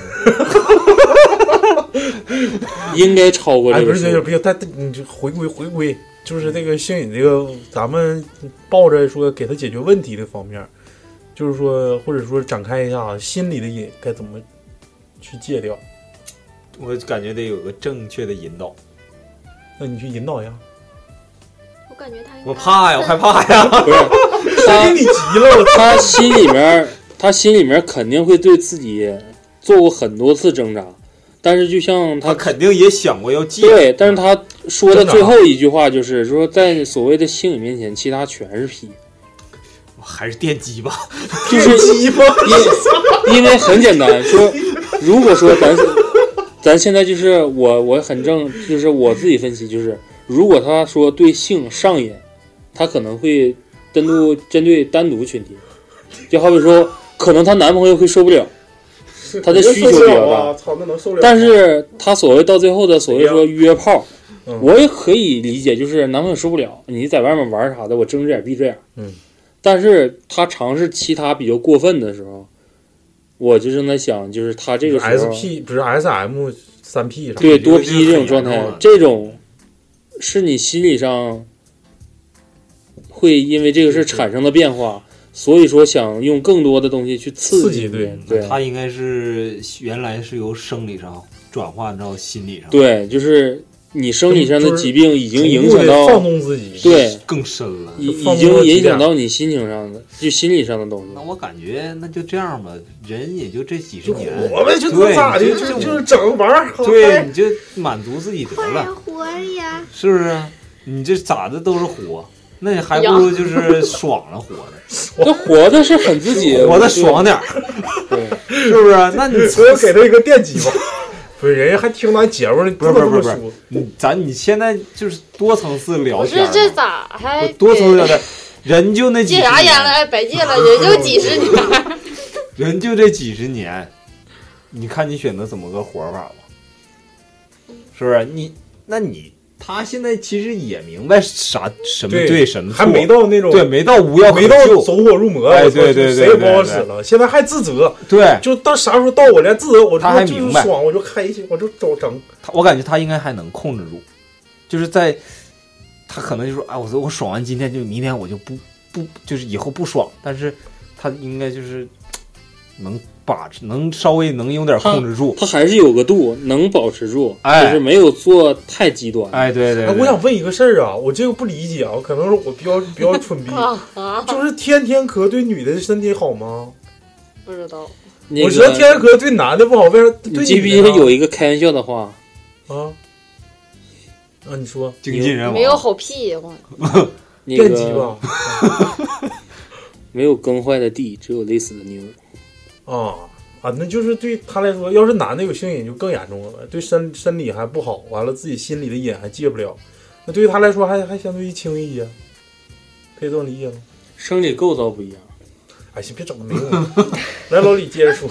C: 应该超过
B: 哎，
C: 这
B: 不
C: 个数。
B: 是，不是， 不是，但但你就回归回归，就是这个性瘾这个，咱们抱着说给他解决问题的方面，就是说，或者说展开一下心理的瘾该怎么去戒掉。
F: 我感觉得有个正确的引导。
B: 那你去 引导一下，
D: 我感觉他应该
F: 我怕呀，我害怕呀。
C: 不 是，
B: 给
C: 他
B: 你急了，我
C: 他心里面儿，他心里面儿肯定会对自己做过很多次挣扎，但是就像
F: 他
C: 他
F: 肯定也想过要戒，
C: 对，但是他说的最后一句话就是说，在所谓的性瘾面前，其他全是屁，
F: 还是电击吧？
C: 就是
B: 急吧。
C: 因因为很简单，说如果说咱 咱现在就是我我很正，就是我自己分析就是，如果他说对性上瘾，他可能会针对针对单独群体，就好比说，可能她男朋友会受不了。他的需求比较大
B: 操，那能受了
C: 但是他所谓到最后的所谓说约炮
B: 嗯，
C: 我也可以理解，就是男朋友受不了，你在外面玩啥的，我睁只眼闭只眼。
B: 嗯，
C: 但是他尝试其他比较过分的时候，我就正在想，就是他这个时候
B: SP 不是 SM 三 P 啥？
C: 对
F: 这个
C: 多
F: 就
C: 批
F: 是
C: 这种
F: 很
C: 状
F: 严
C: 态
F: 重了，
C: 这种是你心理上会因为这个事产生的变化，所以说想用更多的东西去
B: 刺
C: 刺
B: 激
C: 激
B: 对啊
C: 你对
F: 他应该是原来是由生理上转换到心理上，，
C: 对，就是你生理上的
B: 就是
C: 疾病已经影
B: 逐步
C: 响
B: 地
C: 到
B: 放纵自己。
C: 对。
F: 更深了。
C: 已
B: 就放
C: 已
B: 松了
C: 经
B: 几
C: 影响
B: 点
C: 到你心情上的，就心理上的东
F: 那
C: 西。
F: 我感觉那就这样吧，人也就这几十
B: 就
F: 年，
B: 活呗，就
F: 对
B: 咋的，
F: 你
B: 就
F: 就
B: 就
F: 就
B: 就是啊整玩儿，好
F: 对，
B: 嗨
F: 你就满足自己得
D: 快
F: 了，
D: 活呀！
F: 是不是？你这咋的都是活，那你还不如就是爽了活 着，
C: 这活的是很自己，
F: 活的
C: 就
F: 爽。点儿，
C: 对，
F: 是不是？那 你
B: 所以我给他一个电击吧。 不是，人家还听咱节目呢，
F: 不是不是不是
B: 这么
F: 不
B: 说
F: 是，你咱你现在就是多层次聊
E: 不
F: 天
E: 是
F: 儿
E: 这
F: 嘛，
E: 咋还
F: 我多层次聊
E: 给
F: 天儿，人就那几
E: 戒
F: 十
E: 啥烟了？
F: 年，
E: 哎，白戒了，也就几十年。
F: 人就这几十年，你看你选择怎么个活法吧，是不是？你那你他现在其实也明白啥什么
B: 对
F: 什么错，
B: 还没到那种
F: 对没到无药可
B: 没到
F: 救，
B: 走火入魔，
F: 哎
B: 我操
F: 对
B: 就
F: 对对
B: 谁也不好
F: 对对
B: 使了。现在还自责，
F: 对
B: 就到啥时候到我连自责，我
F: 他
B: 他妈
F: 还
B: 就是
F: 明白
B: 爽，我就开心，我就找整。
F: 他，我感觉他应该还能控制住，就是在他可能就说啊，我我爽完今天就明天我就不不就是以后不爽，但是他应该就是能把持，能稍微能有点控制住。
C: 他还是有个度，能保持住，
F: 哎
C: 就是没有做太极端。
F: 哎，对对
B: 哎，
F: 对，
B: 我想问一个事儿啊，我这个不理解啊，可能是我比较比较 蠢逼，
E: 干啥？
B: 就是天天咳对女的身体好吗？
E: 不知道。
C: 那
B: 我觉得
C: 个
B: 天天咳对男的不好，为啥对
C: 你
B: 女
C: 记不
B: 的啊
C: 记得
B: 呢
C: 有一个开玩笑的话？
B: 啊？啊，你说
F: 经纪人
E: 没有好屁，我
C: 那
B: 电击
C: 个
B: 吧？
C: 没有耕坏的地，只有累死的牛。
B: 啊啊，那就是对他来说，要是男的有性瘾就更严重了呗，对身身体还不好，完了自己心里的瘾还戒不了，那对于他来说还还相对于轻一些，可以这么理解吗？
C: 生理构造不一样，
B: 哎，行，别整了，没用了。来，老李接着说。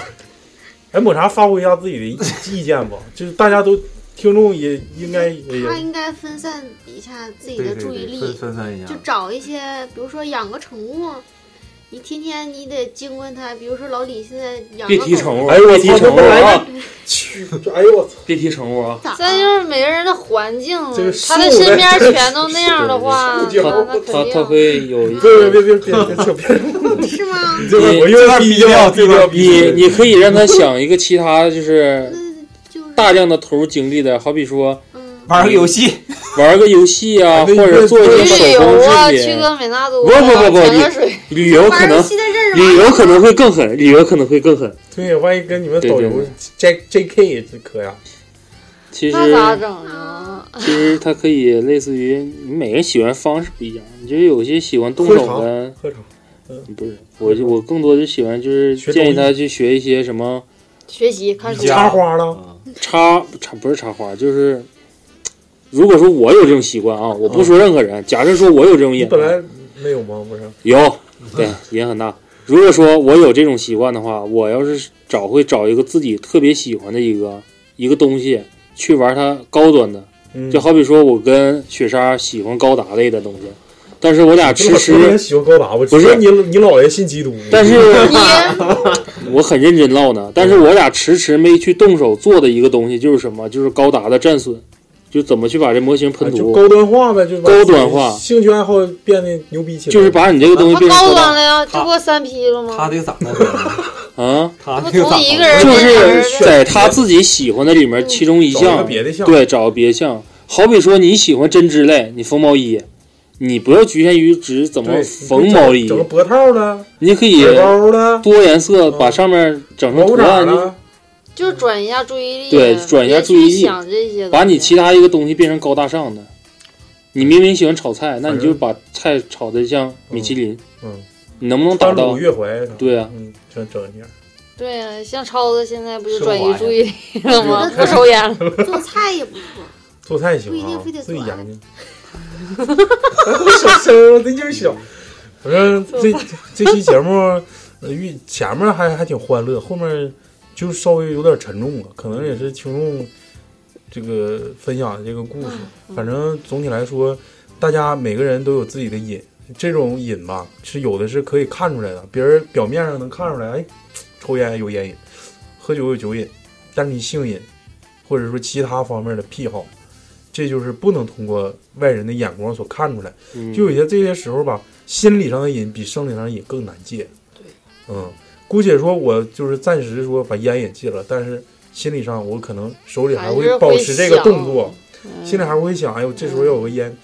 B: 哎，抹茶发挥一下自己的意意见吧，就是大家都听众也应该也
D: 他应该分散一下自己的注意力，
F: 分散一
D: 就找一些，比如说养个宠物，你天天你得经过它，比如说老李现在养
C: 别
D: 个
C: 提
D: 狗
C: 宠物，
B: 哎呦
C: 别
B: 我
C: 提
B: 操
C: 宠物
B: 本来
C: 啊，
B: 去，哎呦我操！
C: 别提宠物啊！
D: 咋了？
E: 再就是每个人的环境
B: 这个，
E: 他的
B: 树
E: 身边
B: 呗这个
E: 全都那样的话，
B: 树
E: 那那
C: 他
E: 肯
C: 他
E: 定。啊
C: 会有一些
B: 别别别别别扯别扯！
D: 是吗？
B: 这个我又低调低调
C: 你你可以让他想一个其他，就是
D: 那就是
C: 大量的投入精力的，好比说
D: 嗯，
F: 玩个游戏，
C: 玩个游戏啊，或
B: 那你
C: 者
B: 这
C: 做一
E: 去
C: 个
E: 旅
C: 手
E: 游啊，
C: 工制
E: 去
C: 品。
E: 个美纳都
C: 不不不不
E: 潜
C: 你
E: 个水，
C: 旅游可
D: 玩
C: 能
D: 游戏的认识
C: 旅游可能会更狠，旅游可能会更狠。
B: 对，万一跟你们导
C: 对
B: 游
C: 对对
B: J J K 这磕呀，
C: 其实
E: 那咋整啊？
C: 其实它可以类似于你每个人喜欢方式不一样，你就是有些喜欢动手的，
B: 喝茶
C: 不是我就我更多就喜欢就是
B: 学
C: 建议
B: 中医
C: 他去学一些什么
E: 学习看书
F: 瑜，伽
B: 插花了，
C: 插插不是插花，就是如果说我有这种习惯啊，我不说任何人，假设说我有这种
B: 你
C: 瘾，
B: 本来没有吗？不是，
C: 有，对，瘾很大。如果说我有这种习惯的话，我要是找会找一个自己特别喜欢的一个一个东西去玩它高端的，
B: 嗯
C: 就好比说我跟雪莎喜欢高达类的东西，但是我俩
B: 这
C: 吃
B: 么多人
C: 吃，
B: 喜欢高达，我
C: 不是
B: 觉得你你姥爷信基督，啊
C: 但是
E: 你
C: 我很认真唠呢，但是我俩迟迟没去动手做的一个东西就是什么？就是高达的战损，就怎么去把这模型
B: 啊
C: 喷
B: 就
C: 涂，
B: 高端化呗，就把
C: 高端化
B: 自己兴趣爱好变得牛逼起来，
C: 就是把你这个东西
E: 他
C: 变成
E: 高
C: 高
E: 端
C: 达
E: 了呀，这不三 P 了吗？
F: 这个咋 高端？
C: 啊，
F: 他
E: 这个咋高端不同一个人
C: 就是在他自己喜欢的里面其中一
B: 找一个
C: 项，
B: 别的项目，
C: 对，找别项。好比说你喜欢针织类，你缝毛衣，你不要局限于只怎么
B: 对，
C: 缝毛衣
B: 整，个脖套了，
C: 你可以
B: 耳包了，
C: 多颜色
B: 嗯
C: 把上面整成
B: 毛啊
C: 图
B: 裤衩
C: 案，
B: 了，
E: 就是转移一下注意力，
C: 对转移一下注意力
E: 别去想这些东西，
C: 把你其他一个东西变成高大上的。你明明喜欢炒菜，那你就把菜炒得像米其林，
B: 嗯，
C: 你能不能达
B: 当鲁
C: 到？
B: 越怀啥，
C: 对啊，
B: 嗯，整整一下，
E: 对呀，像超子现在不就
F: 升
E: 转移
F: 华
E: 注意力了吗？
D: 对
E: 不抽烟了，
D: 做菜也不错，
B: 做菜行
D: 不一定
B: 啊
D: 非得，
B: 自己
D: 做
B: 研究。我小声，这就是小。反正这这期节目，呃，预前面还还挺欢乐，后面就稍微有点沉重了，可能也是听众这个分享的这个故事。反正总体来说，大家每个人都有自己的瘾，这种瘾吧，是有的是可以看出来的，别人表面上能看出来，哎，抽烟有烟瘾，喝酒有酒瘾，但是你性瘾，或者说其他方面的癖好，这就是不能通过外人的眼光所看出来。
C: 嗯
B: 就有些这些时候吧，心理上的瘾比生理上的瘾更难戒。对，嗯，姑且说我就是暂时说把烟也戒了，但是心理上我可能手里还
E: 还是
B: 会
E: 会
B: 保持这个动作，
E: 嗯
B: 心里还会想，哎呦，这时候要有个烟，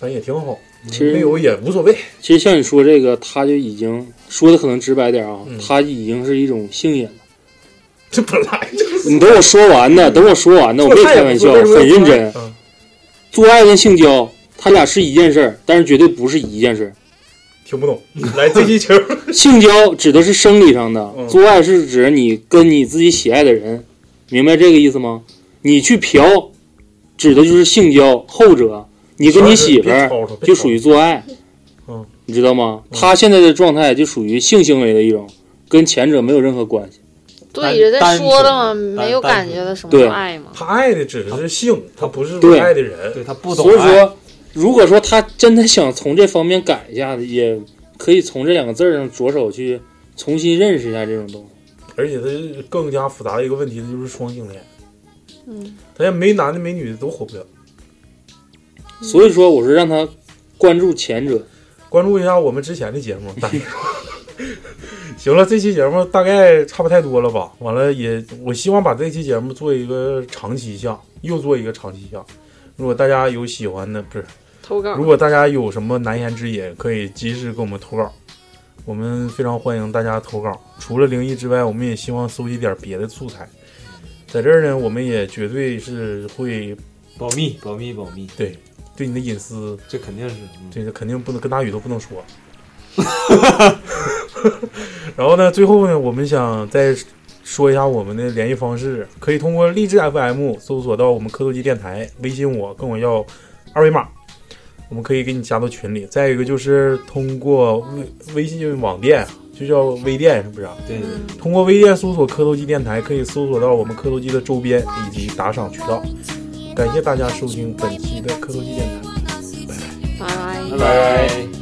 B: 反正也挺好，
C: 其
B: 没
C: 实
B: 有也无所谓。
C: 其实像你说这个，他就已经说的可能直白点啊
B: 嗯，
C: 他已经是一种性瘾了。
B: 这本来就是
C: 你等我说完呢，等我说完呢，嗯我没开玩笑，很认真。
B: 嗯
C: 做爱跟性交，他俩是一件事儿，但是绝对不是一件事儿。
B: 听不懂。来，这期节目
C: 性交指的是生理上的
B: 嗯，
C: 做爱是指你跟你自己喜爱的人，明白这个意思吗？你去嫖，指的就是性交，后者你跟你媳妇
B: 别吵
C: 儿
B: 吵别吵
C: 就属于做爱
B: 嗯，
C: 你知道吗？
B: 嗯
C: 他现在的状态就属于性行为的一种，跟前者没有任何关系。
E: 对，人家
F: 单
E: 说了嘛，
F: 纯
E: 没有
F: 单
E: 感
F: 纯
E: 觉的什么叫
C: 对
E: 爱嘛。
B: 他爱的只是性，他不是说
C: 对
B: 爱的人。
F: 对他不懂
C: 所以
F: 爱，
C: 说，如果说他真的想从这方面改一下，也可以从这两个字儿上着手去重新认识一下这种东西。
B: 而且他更加复杂的一个问题，他就是双性恋，
E: 嗯，
B: 他连没男的没女的都火不了。
C: 所以说，我是让他关注前者。
B: 关注一下我们之前的节目。大家 行了，这期节目大概差不太多了吧？完了也，我希望把这期节目做一个长期项，又做一个长期项。如果大家有喜欢的，不是，
E: 投稿
B: 如果大家有什么难言之隐，可以及时给我们投稿，我们非常欢迎大家投稿。除了灵异之外，我们也希望搜集点别的素材。在这儿呢，我们也绝对是会
F: 保密保密保密，
B: 对对你的隐私，
F: 这肯定是。嗯
B: 这个肯定不能跟大宇都不能说。 然后呢，最后呢，我们想再说一下我们的联系方式，可以通过荔枝 FM 搜索到我们科多机电台，微信我跟我要二维码，我们可以给你加到群里。再一个就是通过微微信网店，就叫微店，是不是啊、
F: 对对，对
B: 通过微店搜索“磕头机电台”，可以搜索到我们磕头机的周边以及打赏渠道。感谢大家收听本期的磕头机电台。
E: 拜
F: 拜
E: 拜。
F: 拜。